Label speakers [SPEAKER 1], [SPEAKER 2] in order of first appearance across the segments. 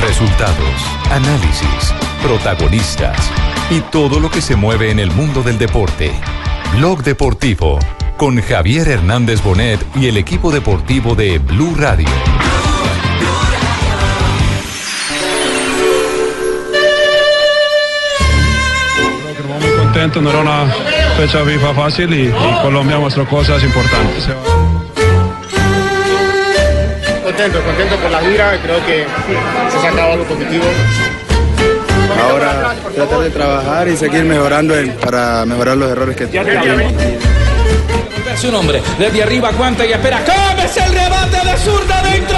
[SPEAKER 1] Resultados, análisis, protagonistas y todo lo que se mueve en el mundo del deporte. Blog Deportivo con Javier Hernández Bonet y el equipo deportivo de Blue Radio.
[SPEAKER 2] Creo que nos vamos muy contentos, no era una fecha FIFA fácil y, y Colombia mostró cosas importantes. Se va-
[SPEAKER 3] Contento, contento por la gira, creo que se ha sacado algo positivo.
[SPEAKER 4] Ahora tratar de trabajar y seguir mejorando en- para mejorar los errores que, que tuvimos.
[SPEAKER 5] Su nombre, desde arriba aguanta y espera. ¡Cámez el rebate de zurda adentro!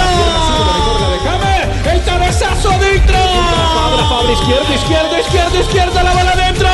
[SPEAKER 5] ¡James! ¡El cabezazo adentro! Fabra, Fabra, izquierda, izquierda, izquierda, izquierda, la bola adentro.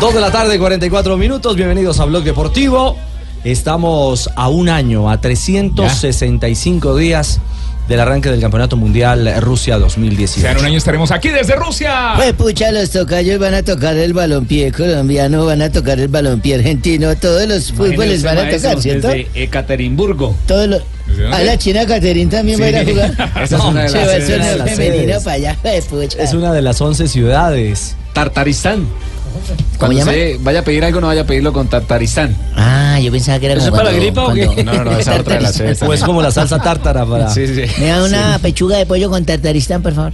[SPEAKER 6] Dos de la tarde, 44 minutos. Bienvenidos a Blog Deportivo. Estamos a un año, a 365 días del arranque del Campeonato Mundial Rusia 2018.
[SPEAKER 7] en un año estaremos aquí desde Rusia.
[SPEAKER 8] Pues pucha, los tocayos van a tocar el balompié colombiano, van a tocar el balompié argentino, todos los fútboles van a tocar, ¿cierto?
[SPEAKER 7] Ekaterimburgo.
[SPEAKER 8] Todos los... A la China Caterín también va a ir a jugar.
[SPEAKER 7] Esa es una de
[SPEAKER 8] Se va
[SPEAKER 7] las
[SPEAKER 8] a hacer
[SPEAKER 6] sedes.
[SPEAKER 8] una femenina para allá, pues, pucha.
[SPEAKER 6] Es una de las 11 ciudades.
[SPEAKER 7] Tartaristán.
[SPEAKER 8] ¿Cómo
[SPEAKER 7] Cuando
[SPEAKER 8] llama?
[SPEAKER 7] se vaya a pedir algo, no vaya a pedirlo con Tartaristán.
[SPEAKER 8] Ah, yo pensaba que era
[SPEAKER 6] ¿Eso
[SPEAKER 8] como
[SPEAKER 6] es para la
[SPEAKER 8] cuando-
[SPEAKER 6] gripa o qué?
[SPEAKER 8] cuando-
[SPEAKER 7] No, no, no, esa es otra de las sedes.
[SPEAKER 6] O es como la salsa tártara para.
[SPEAKER 7] Sí, sí.
[SPEAKER 8] Me da una pechuga de pollo con tartaristán, por favor.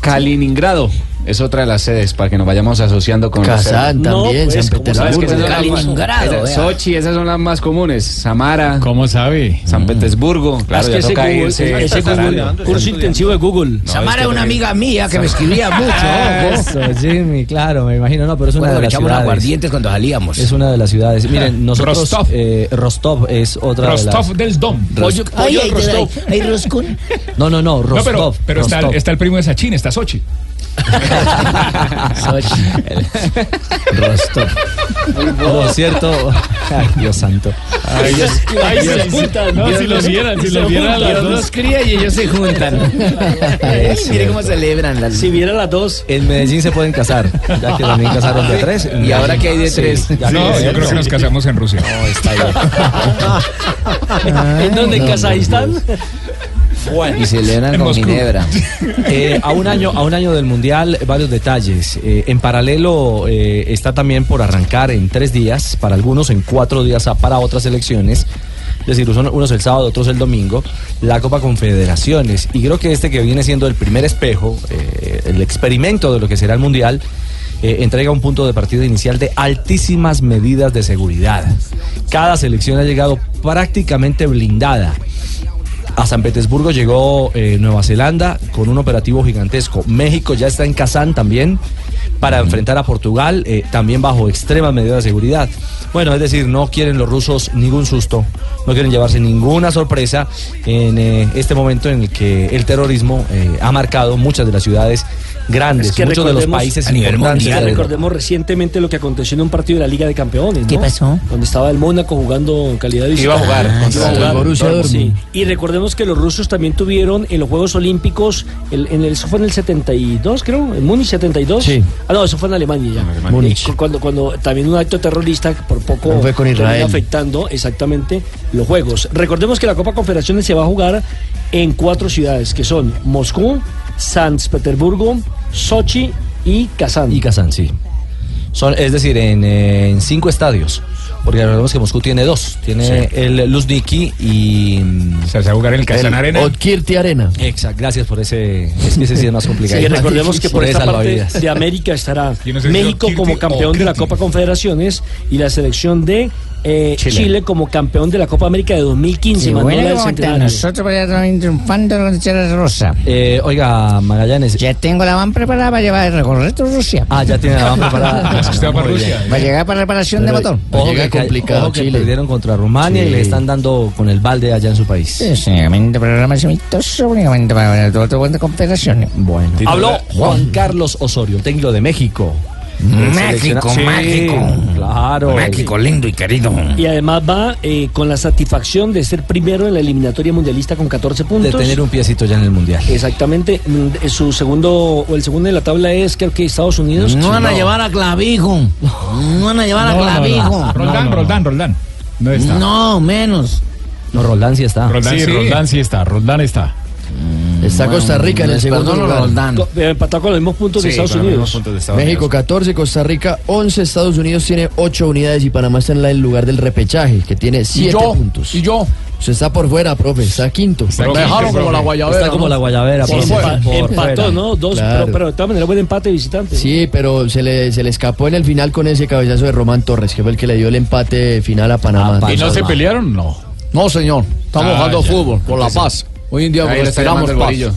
[SPEAKER 7] Kaliningrado es otra de las sedes para que nos vayamos asociando con las sedes.
[SPEAKER 8] Kazán
[SPEAKER 6] No,
[SPEAKER 8] también,
[SPEAKER 6] pues,
[SPEAKER 8] San
[SPEAKER 6] ¿cómo
[SPEAKER 7] ¿Sabes que
[SPEAKER 8] Petersburgo,
[SPEAKER 7] esas son las más-
[SPEAKER 8] Kaliningrado.
[SPEAKER 7] esas-
[SPEAKER 8] vea.
[SPEAKER 7] Sochi, esas son las más comunes. Samara,
[SPEAKER 9] ¿Cómo sabe?
[SPEAKER 7] San Petersburgo. Claro, ya toca irse. preparando.
[SPEAKER 5] curso intensivo de Google.
[SPEAKER 8] Samara es una amiga mía que me escribía mucho. ojo.
[SPEAKER 6] Eso, Jimmy, claro, me imagino. No, pero es una
[SPEAKER 8] Bueno,
[SPEAKER 6] de
[SPEAKER 8] le
[SPEAKER 6] las
[SPEAKER 8] echamos
[SPEAKER 6] ciudades.
[SPEAKER 8] aguardientes cuando salíamos.
[SPEAKER 6] Es una de las ciudades. Miren, nosotros.
[SPEAKER 9] Rostov.
[SPEAKER 6] eh, Rostov es otra de
[SPEAKER 9] Rostov
[SPEAKER 6] las.
[SPEAKER 9] del Don.
[SPEAKER 6] Pollo-
[SPEAKER 8] Ay, ay, ay, ay, Roscón.
[SPEAKER 6] No, no, no, Rostov.
[SPEAKER 9] No, pero, pero está,
[SPEAKER 6] Rostov.
[SPEAKER 9] está el primo de Sachin, está Sochi.
[SPEAKER 6] Rostov. Por cierto, ay, Dios santo.
[SPEAKER 5] Ahí se juntan, ¿no? Si los vieran, si los vieran las dos.
[SPEAKER 8] cría y ellos se juntan. Miren cómo celebran las.
[SPEAKER 5] Si vieran las dos.
[SPEAKER 6] En Medellín se pueden casar, ya que también casaron de tres.
[SPEAKER 8] Y ahora que hay de
[SPEAKER 6] Sí,
[SPEAKER 8] tres.
[SPEAKER 6] ya
[SPEAKER 9] no,
[SPEAKER 6] que-
[SPEAKER 9] yo creo que nos casamos en Rusia.
[SPEAKER 5] ¿En
[SPEAKER 8] Ah,
[SPEAKER 5] dónde? ¿En Kazajistán?
[SPEAKER 8] Y celebran
[SPEAKER 9] En
[SPEAKER 8] con
[SPEAKER 9] Moscú.
[SPEAKER 8] Ginebra.
[SPEAKER 6] Eh, a un año, a un año del mundial, varios detalles. Eh, en paralelo eh, está también por arrancar en tres días, para algunos en cuatro días ah, para otras elecciones. Es decir, son unos el sábado, otros el domingo, la Copa Confederaciones. Y creo que este que viene siendo el primer espejo, eh, el experimento de lo que será el Mundial, eh, entrega un punto de partida inicial de altísimas medidas de seguridad. Cada selección ha llegado prácticamente blindada. A San Petersburgo llegó eh, Nueva Zelanda con un operativo gigantesco. México ya está en Kazán también para enfrentar a Portugal, eh, también bajo extrema medida de seguridad. Bueno, es decir, no quieren los rusos ningún susto, no quieren llevarse ninguna sorpresa en eh, este momento en el que el terrorismo eh, ha marcado muchas de las ciudades grandes,
[SPEAKER 5] Es que
[SPEAKER 6] muchos de los
[SPEAKER 5] recordemos-
[SPEAKER 6] países
[SPEAKER 5] a nivel
[SPEAKER 6] importantes
[SPEAKER 5] Ya
[SPEAKER 6] de Europa.
[SPEAKER 5] recordemos recientemente lo que aconteció en un partido de la Liga de Campeones. ¿no?
[SPEAKER 8] ¿Qué pasó?
[SPEAKER 5] Donde estaba el Mónaco jugando en calidad de
[SPEAKER 7] Iba a
[SPEAKER 5] visitante.
[SPEAKER 7] jugar contra
[SPEAKER 5] Iba a jugar.
[SPEAKER 8] Borussia
[SPEAKER 5] Sí.
[SPEAKER 8] Dortmund.
[SPEAKER 5] Y recordemos que los rusos también tuvieron en los Juegos Olímpicos, el- en el, eso fue en el 72, creo, en Múnich 72.
[SPEAKER 6] Sí.
[SPEAKER 5] Ah, no, eso fue en Alemania ya.
[SPEAKER 6] Múnich.
[SPEAKER 5] Eh, cu- Cuando, cuando también un acto terrorista que por poco
[SPEAKER 8] No fue con
[SPEAKER 5] termina
[SPEAKER 8] Israel.
[SPEAKER 5] afectando exactamente los Juegos. Recordemos que la Copa Confederaciones se va a jugar en cuatro ciudades, que son Moscú, San Petersburgo, Sochi y Kazán.
[SPEAKER 6] Y Kazán, sí. Son, es decir, en, eh, en cinco estadios. Porque recordemos que Moscú tiene dos. Tiene el Luzniki y... mm,
[SPEAKER 9] O sea, se va a jugar en el Kazan Arena.
[SPEAKER 8] Otkirti Arena.
[SPEAKER 5] Eh,
[SPEAKER 6] Exacto, gracias por ese. Es que ese sí es más complicado.
[SPEAKER 5] Sí, recordemos que por
[SPEAKER 6] Por
[SPEAKER 5] esta
[SPEAKER 6] esa
[SPEAKER 5] parte
[SPEAKER 6] salvavidas.
[SPEAKER 5] de América estará
[SPEAKER 9] Yo no sé si
[SPEAKER 5] México
[SPEAKER 9] son
[SPEAKER 5] como
[SPEAKER 9] Kirti o
[SPEAKER 5] campeón de la
[SPEAKER 9] Kirti.
[SPEAKER 5] Copa Confederaciones y la selección de eh, Chile.
[SPEAKER 7] Chile.
[SPEAKER 5] como campeón de la Copa América de 2015.
[SPEAKER 8] Sí,
[SPEAKER 5] Manuela del
[SPEAKER 8] bueno,
[SPEAKER 5] Centenario.
[SPEAKER 8] nosotros ya también triunfando con Chela Rosa.
[SPEAKER 6] Eh, oiga, Magallanes.
[SPEAKER 8] Ya tengo la van preparada para llevar el recorrido a Rusia.
[SPEAKER 6] Ah, ya tiene la van preparada. Ah,
[SPEAKER 9] Es que usted va para
[SPEAKER 6] Muy
[SPEAKER 9] Rusia. ¿eh?
[SPEAKER 6] bien.
[SPEAKER 8] Va a llegar para reparación
[SPEAKER 6] Pero,
[SPEAKER 8] de motor.
[SPEAKER 6] Ojo que, complicado, ojo que perdieron contra Rumania y
[SPEAKER 8] Sí.
[SPEAKER 6] le están dando con el balde allá en su país.
[SPEAKER 8] Sí, únicamente programas exitosos, únicamente para todo tipo de confederaciones.
[SPEAKER 6] Bueno.
[SPEAKER 9] Titular.
[SPEAKER 6] Habló Juan Carlos Osorio, técnico de México.
[SPEAKER 8] México,
[SPEAKER 6] Sí,
[SPEAKER 8] México.
[SPEAKER 6] Claro.
[SPEAKER 8] México lindo y querido.
[SPEAKER 5] Y además va eh, con la satisfacción de ser primero en la eliminatoria mundialista con 14
[SPEAKER 6] De
[SPEAKER 5] puntos.
[SPEAKER 6] tener un piecito ya en el mundial.
[SPEAKER 5] Exactamente. mm, Su segundo, o el segundo de la tabla es creo que Estados Unidos.
[SPEAKER 8] No van a
[SPEAKER 5] Sí,
[SPEAKER 8] llevar a clavijo. No van a llevar a clavijo.
[SPEAKER 9] Roldán, Roldán, Roldán. No está.
[SPEAKER 8] No, menos.
[SPEAKER 6] No, Roldán sí está.
[SPEAKER 9] Roldán sí.
[SPEAKER 7] sí está, Roldán está.
[SPEAKER 8] Mm,
[SPEAKER 10] Está Costa Rica en el
[SPEAKER 8] Les
[SPEAKER 10] segundo
[SPEAKER 8] perdono,
[SPEAKER 10] lugar.
[SPEAKER 8] Roldán.
[SPEAKER 5] co- eh, Empatado con los mismos puntos de Estados Unidos.
[SPEAKER 10] México 14, Costa Rica 11, Estados Unidos tiene 8 unidades y Panamá está en la- el lugar del repechaje, que tiene 7 puntos.
[SPEAKER 7] Y yo.
[SPEAKER 10] Usted está por fuera, profe, está quinto.
[SPEAKER 9] Está Me dejaron quinto, como la profe.
[SPEAKER 10] guayabera.
[SPEAKER 6] Está como la guayabera.
[SPEAKER 5] Sí,
[SPEAKER 6] por
[SPEAKER 5] empa-
[SPEAKER 6] fuera, por
[SPEAKER 5] empató,
[SPEAKER 6] fuera.
[SPEAKER 5] ¿no? Dos,
[SPEAKER 10] Claro.
[SPEAKER 5] pero, pero de todas maneras buen empate de visitante.
[SPEAKER 10] Sí, pero se le, se le escapó en el final con ese cabezazo de Román Torres, que fue el que le dio el empate final a Panamá.
[SPEAKER 6] Ah, pa-
[SPEAKER 7] ¿Y no se
[SPEAKER 6] Salva.
[SPEAKER 7] pelearon? No.
[SPEAKER 10] no, señor, estamos
[SPEAKER 7] Ah, jugando ya. fútbol,
[SPEAKER 10] por la paz. Hoy en día
[SPEAKER 7] Ahí lo está llamando el bolillo.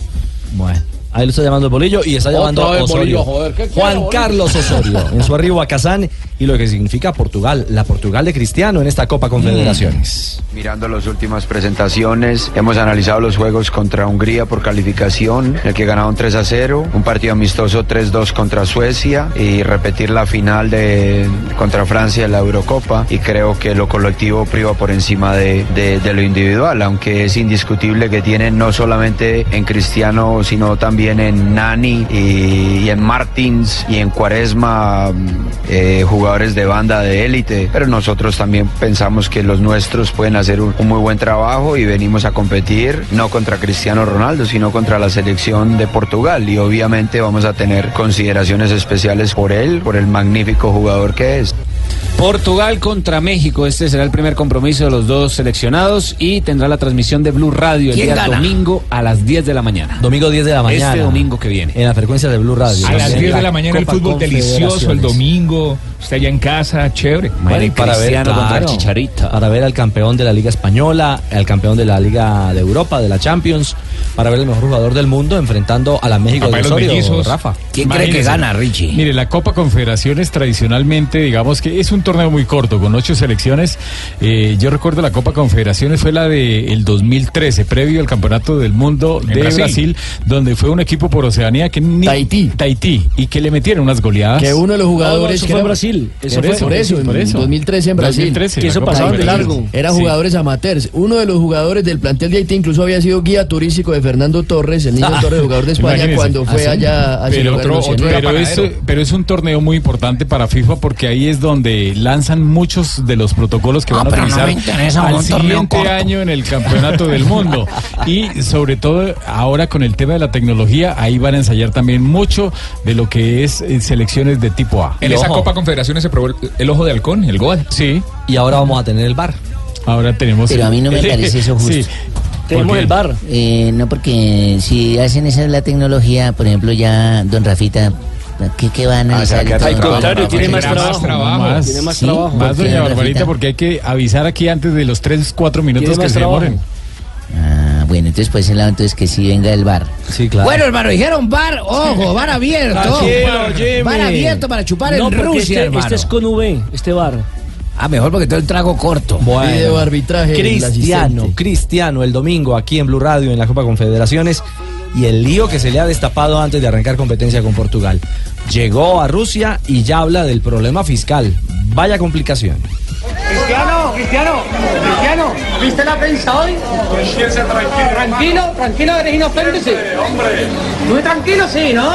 [SPEAKER 6] Bueno. Ahí lo está llamando el bolillo y está llamando
[SPEAKER 7] Otra vez
[SPEAKER 6] Osorio.
[SPEAKER 7] Bolillo, joder, ¿qué quiere,
[SPEAKER 6] Juan
[SPEAKER 7] Bolillo?
[SPEAKER 6] Carlos Osorio en su arribo a Kazán y lo que significa Portugal, la Portugal de Cristiano en esta Copa
[SPEAKER 11] Mm.
[SPEAKER 6] Confederaciones.
[SPEAKER 11] Mirando las últimas presentaciones, hemos analizado los juegos contra Hungría por calificación, el que ganaron 3 a 0, un partido amistoso 3-2 contra Suecia y repetir la final de contra Francia en la Eurocopa y creo que lo colectivo priva por encima de, de- de lo individual, aunque es indiscutible que tienen no solamente en Cristiano, sino también en Nani y, y en Martins y en Cuaresma mm, eh, jugadores de banda de élite, pero nosotros también pensamos que los nuestros pueden hacer un, un muy buen trabajo y venimos a competir no contra Cristiano Ronaldo, sino contra la selección de Portugal y obviamente vamos a tener consideraciones especiales por él, por el magnífico jugador que es.
[SPEAKER 7] Portugal contra México. Este será el primer compromiso de los dos seleccionados y tendrá la transmisión de Blue Radio el
[SPEAKER 8] ¿Quién
[SPEAKER 7] día
[SPEAKER 8] gana?
[SPEAKER 7] domingo a las 10 de la mañana.
[SPEAKER 6] Domingo 10 de la mañana.
[SPEAKER 7] Este domingo que viene.
[SPEAKER 6] En la frecuencia de Blue Radio.
[SPEAKER 9] A las
[SPEAKER 6] En
[SPEAKER 9] 10 de la mañana el
[SPEAKER 6] Copa
[SPEAKER 9] fútbol delicioso, el
[SPEAKER 6] Confederaciones.
[SPEAKER 9] domingo, usted allá en casa, chévere.
[SPEAKER 7] Madre,
[SPEAKER 6] para ver,
[SPEAKER 7] Cristiano contra
[SPEAKER 6] claro,
[SPEAKER 7] Chicharito.
[SPEAKER 6] para ver al campeón de la Liga Española, al campeón de la Liga de Europa, de la Champions, para ver el mejor jugador del mundo enfrentando a la México
[SPEAKER 9] Papá
[SPEAKER 6] de
[SPEAKER 9] de los
[SPEAKER 6] Osorio,
[SPEAKER 9] mellizos.
[SPEAKER 6] Rafa.
[SPEAKER 8] ¿Quién cree que
[SPEAKER 9] Imagínese.
[SPEAKER 8] gana, Richie?
[SPEAKER 12] Mire, la Copa Confederaciones tradicionalmente, digamos que es un torneo muy corto, con ocho selecciones. Eh, yo recuerdo la Copa Confederaciones fue la del 2013, previo al Campeonato del Mundo
[SPEAKER 9] En
[SPEAKER 12] de
[SPEAKER 9] Brasil.
[SPEAKER 12] Brasil. donde fue un equipo por Oceanía que ni...
[SPEAKER 10] Tahití.
[SPEAKER 12] Tahití, y que le metieron unas goleadas.
[SPEAKER 10] Que uno de los
[SPEAKER 5] No, no,
[SPEAKER 10] jugadores
[SPEAKER 5] eso
[SPEAKER 10] que
[SPEAKER 5] fue en
[SPEAKER 10] era-
[SPEAKER 5] Brasil. Eso
[SPEAKER 10] Por
[SPEAKER 5] fue
[SPEAKER 10] eso, por eso, en
[SPEAKER 12] ¿Ah? por eso.
[SPEAKER 10] 2013 en Brasil.
[SPEAKER 12] 2013,
[SPEAKER 5] Que eso
[SPEAKER 12] la Copa
[SPEAKER 5] pasaba de
[SPEAKER 12] Confederaciones.
[SPEAKER 5] largo.
[SPEAKER 10] Era
[SPEAKER 12] Sí.
[SPEAKER 10] jugadores amateurs. Uno de los jugadores del plantel de Haití incluso había sido guía turístico de Fernando Torres, el niño Torres, jugador de España,
[SPEAKER 12] Ah. Imagínese.
[SPEAKER 10] cuando fue
[SPEAKER 12] Ah, sí.
[SPEAKER 10] allá a
[SPEAKER 12] pero,
[SPEAKER 10] celebrar
[SPEAKER 12] otro-
[SPEAKER 10] los cien.
[SPEAKER 12] otro-
[SPEAKER 9] era
[SPEAKER 12] pero
[SPEAKER 9] panadero.
[SPEAKER 12] es, pero es un torneo muy importante para FIFA porque ahí es donde lanzan muchos de los protocolos que
[SPEAKER 8] Ah,
[SPEAKER 12] van a
[SPEAKER 8] pero no me
[SPEAKER 12] utilizar
[SPEAKER 8] interesa
[SPEAKER 12] al
[SPEAKER 8] un torneo
[SPEAKER 12] siguiente
[SPEAKER 8] corto.
[SPEAKER 12] año en el campeonato del mundo y sobre todo ahora con el tema de la tecnología ahí van a ensayar también mucho de lo que es eh, selecciones de tipo A.
[SPEAKER 9] En
[SPEAKER 12] Y
[SPEAKER 9] esa
[SPEAKER 12] ojo,
[SPEAKER 9] Copa Confederaciones se probó el, el ojo de halcón, el gol.
[SPEAKER 12] sí,
[SPEAKER 6] Y ahora vamos a tener el bar.
[SPEAKER 12] ahora tenemos.
[SPEAKER 8] Pero a mí no me parece eso justo.
[SPEAKER 12] Sí,
[SPEAKER 5] Tenemos
[SPEAKER 12] porque-
[SPEAKER 5] el bar.
[SPEAKER 8] Eh, no, porque si hacen esa la tecnología, por ejemplo, ya don Rafita, ¿qué, qué van a
[SPEAKER 13] Ah, será
[SPEAKER 8] analizar?
[SPEAKER 13] que
[SPEAKER 8] y
[SPEAKER 13] ha
[SPEAKER 8] todo?
[SPEAKER 5] Al
[SPEAKER 13] Trabajo,
[SPEAKER 5] contrario, tiene más
[SPEAKER 9] será más
[SPEAKER 5] trabajo.
[SPEAKER 9] trabajo.
[SPEAKER 12] Más.
[SPEAKER 5] Tiene más
[SPEAKER 8] Sí.
[SPEAKER 5] trabajo.
[SPEAKER 12] Más
[SPEAKER 8] Porque,
[SPEAKER 12] doña Barbarita
[SPEAKER 8] Rafita.
[SPEAKER 12] porque hay que avisar aquí antes de los 3, 4 minutos
[SPEAKER 5] Tiene
[SPEAKER 12] que
[SPEAKER 5] más
[SPEAKER 12] se
[SPEAKER 5] trabajo.
[SPEAKER 12] demoren.
[SPEAKER 8] Ah, bueno, entonces por ese lado, entonces que sí venga el bar.
[SPEAKER 6] Sí, claro.
[SPEAKER 10] Bueno, hermano, dijeron bar, ojo, bar abierto.
[SPEAKER 5] Tranquilo, Jimmy.
[SPEAKER 10] Bar abierto para chupar
[SPEAKER 5] No,
[SPEAKER 10] en
[SPEAKER 5] porque
[SPEAKER 10] Rusia,
[SPEAKER 5] este, este
[SPEAKER 10] hermano.
[SPEAKER 5] es con V, este bar.
[SPEAKER 8] Ah, mejor porque todo el trago corto.
[SPEAKER 6] Bueno.
[SPEAKER 10] Video arbitraje. el
[SPEAKER 6] Cristiano,
[SPEAKER 10] asistente.
[SPEAKER 6] Cristiano, el domingo aquí en Blue Radio en la Copa Confederaciones y el lío que se le ha destapado antes de arrancar competencia con Portugal. Llegó a Rusia y ya habla del problema fiscal. Vaya complicación.
[SPEAKER 13] Cristiano, Cristiano, Cristiano, ¿viste la prensa hoy? Tranquilo, tranquilo, eres inocente, sí. Muy tranquilo, sí, ¿no?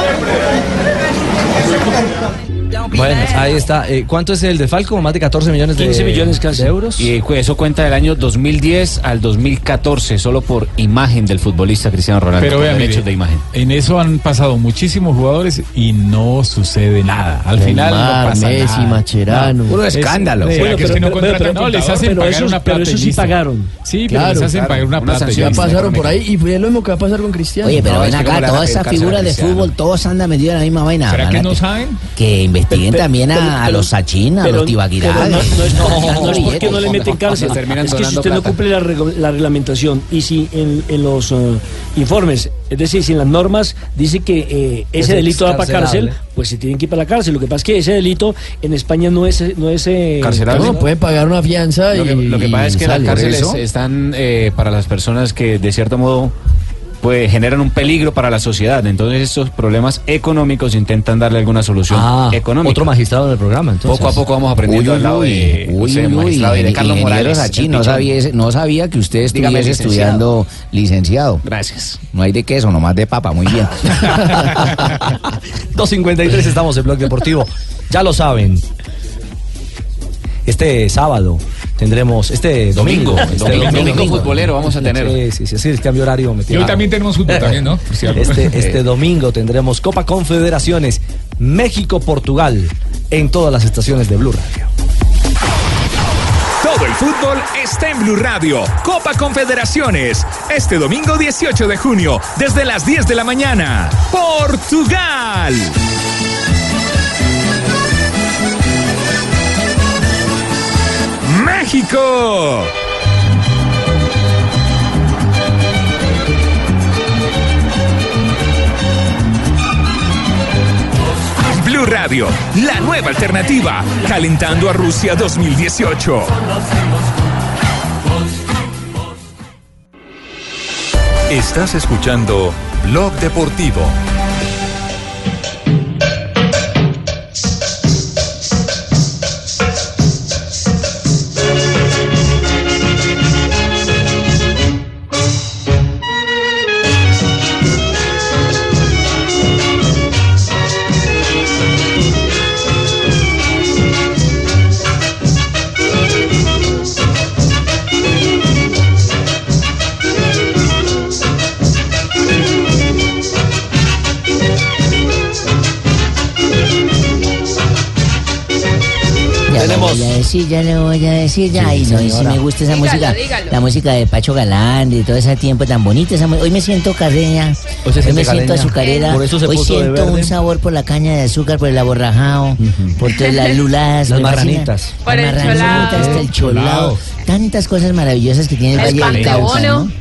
[SPEAKER 6] Bueno, ahí está. Eh, ¿Cuánto es el de Falco? Más de 14 millones de,
[SPEAKER 5] 15 millones casi.
[SPEAKER 6] de euros.
[SPEAKER 7] Y cu- eso cuenta del año 2010 al 2014, solo por imagen del futbolista Cristiano Ronaldo.
[SPEAKER 12] Pero
[SPEAKER 7] por
[SPEAKER 12] vean,
[SPEAKER 7] derechos
[SPEAKER 12] mire,
[SPEAKER 7] de imagen.
[SPEAKER 12] en eso han pasado muchísimos jugadores y no sucede nada. Al final
[SPEAKER 10] Neymar,
[SPEAKER 12] no pasa
[SPEAKER 10] Messi,
[SPEAKER 12] nada.
[SPEAKER 10] Macherano.
[SPEAKER 8] Puro escándalo.
[SPEAKER 12] ¿Será
[SPEAKER 5] Bueno,
[SPEAKER 12] que es
[SPEAKER 5] pero-
[SPEAKER 12] que no
[SPEAKER 5] pero-
[SPEAKER 12] contratan
[SPEAKER 5] pero-
[SPEAKER 12] No, les hacen
[SPEAKER 5] pero
[SPEAKER 12] pagar
[SPEAKER 5] esos-
[SPEAKER 12] una
[SPEAKER 5] pero
[SPEAKER 12] plata y
[SPEAKER 5] esos sí
[SPEAKER 12] listo.
[SPEAKER 5] pagaron.
[SPEAKER 12] Sí, pero
[SPEAKER 10] Claro,
[SPEAKER 12] les hacen pagar una, plata. y
[SPEAKER 10] Ya
[SPEAKER 12] listo.
[SPEAKER 10] pasaron por ahí y fue lo mismo que va a pasar con Cristiano.
[SPEAKER 8] Oye, pero
[SPEAKER 10] No,
[SPEAKER 8] ven
[SPEAKER 10] es que
[SPEAKER 8] acá,
[SPEAKER 10] como la-
[SPEAKER 8] todas esas figuras de fútbol, todos andan metidos en la misma vaina.
[SPEAKER 9] ¿Será que
[SPEAKER 8] Van a-
[SPEAKER 9] no saben?
[SPEAKER 8] Que investiguen
[SPEAKER 5] Pe- pe-
[SPEAKER 8] también a,
[SPEAKER 5] pero-
[SPEAKER 8] a
[SPEAKER 5] pero-
[SPEAKER 8] los Sachin, a
[SPEAKER 5] pero-
[SPEAKER 8] los Tibaquirá.
[SPEAKER 5] pero No,
[SPEAKER 8] Pues,
[SPEAKER 5] no es, porque-
[SPEAKER 8] Dando
[SPEAKER 5] no es porque no le
[SPEAKER 8] billetes.
[SPEAKER 5] meten cárcel.
[SPEAKER 7] Se terminan
[SPEAKER 5] Es que si
[SPEAKER 7] donando
[SPEAKER 5] usted no
[SPEAKER 7] plata.
[SPEAKER 5] cumple la, reg- la reglamentación y si en, en los eh, informes, es decir, si en las normas dice que eh,
[SPEAKER 6] Es
[SPEAKER 5] ese delito da para cárcel,
[SPEAKER 6] excarcelable.
[SPEAKER 5] pues se tienen que ir para la cárcel. Lo que pasa es que ese delito en España no es... No es eh,
[SPEAKER 7] Carcelario.
[SPEAKER 10] No, pueden pagar una fianza y.
[SPEAKER 7] Lo que, lo que pasa es que
[SPEAKER 10] y
[SPEAKER 7] las
[SPEAKER 10] sale.
[SPEAKER 7] cárceles están eh, para las personas que de cierto modo pues generan un peligro para la sociedad. Entonces estos problemas económicos intentan darle alguna solución económica.
[SPEAKER 6] Ah, Otro magistrado del programa, entonces.
[SPEAKER 7] Ah, Poco a poco vamos aprendiendo
[SPEAKER 6] Uy,
[SPEAKER 7] al lado
[SPEAKER 6] uy,
[SPEAKER 7] de,
[SPEAKER 14] Uy, uy,
[SPEAKER 7] José
[SPEAKER 14] uy,
[SPEAKER 7] Magistrado y de
[SPEAKER 14] ingenier-
[SPEAKER 7] Carlos
[SPEAKER 14] ingenieros
[SPEAKER 7] Morales. el
[SPEAKER 14] Achí, no
[SPEAKER 7] pichón.
[SPEAKER 14] sabía, ese- no sabía que usted
[SPEAKER 7] Dígame,
[SPEAKER 14] estuviese
[SPEAKER 7] licenciado.
[SPEAKER 14] estudiando licenciado.
[SPEAKER 7] Gracias.
[SPEAKER 14] No hay de queso, nomás de papa, muy bien.
[SPEAKER 6] 2.53 estamos en Blog Deportivo. Ya lo saben. Este sábado tendremos. Este domingo.
[SPEAKER 8] Domingo,
[SPEAKER 6] este
[SPEAKER 8] domingo, domingo futbolero vamos a tener.
[SPEAKER 6] Sí, sí, sí, sí, el cambio horario me
[SPEAKER 8] Y hoy
[SPEAKER 6] tiene-
[SPEAKER 8] también tenemos fútbol también, ¿no? Por cierto.
[SPEAKER 6] Este, este domingo tendremos Copa Confederaciones México-Portugal en todas las estaciones de Blue Radio.
[SPEAKER 9] Todo el fútbol está en Blue Radio. Copa Confederaciones. Este domingo 18 de junio, desde las 10 de la mañana. Portugal. México. Blue Radio, la nueva alternativa, calentando a Rusia 2018.
[SPEAKER 1] Estás escuchando Blog Deportivo.
[SPEAKER 14] Ya
[SPEAKER 6] Tenemos-
[SPEAKER 14] lo voy a decir, ya lo voy a decir, ya.
[SPEAKER 6] Sí,
[SPEAKER 14] Ay, no, y si
[SPEAKER 6] señora.
[SPEAKER 14] me gusta esa
[SPEAKER 6] Dígalo,
[SPEAKER 14] música,
[SPEAKER 6] dígalo.
[SPEAKER 14] la música de Pacho Galán, de todo ese tiempo tan bonito. esa mu- hoy me siento carreña,
[SPEAKER 6] Hoy se
[SPEAKER 14] hoy,
[SPEAKER 6] siente
[SPEAKER 14] me siento
[SPEAKER 6] carreña.
[SPEAKER 14] azucarera,
[SPEAKER 6] Por eso se
[SPEAKER 14] hoy
[SPEAKER 6] puso de
[SPEAKER 14] siento
[SPEAKER 6] verde.
[SPEAKER 14] un sabor por la caña de azúcar, por el aborrajado, por todas las luladas.
[SPEAKER 6] Las
[SPEAKER 14] me fascina.
[SPEAKER 6] marranitas.
[SPEAKER 14] Las
[SPEAKER 6] Por el
[SPEAKER 14] marranitas,
[SPEAKER 6] cholao.
[SPEAKER 14] el cholao. Tantas cosas maravillosas que tiene el,
[SPEAKER 15] El
[SPEAKER 14] Valle del Cauca,
[SPEAKER 15] pancabono.
[SPEAKER 14] ¿no?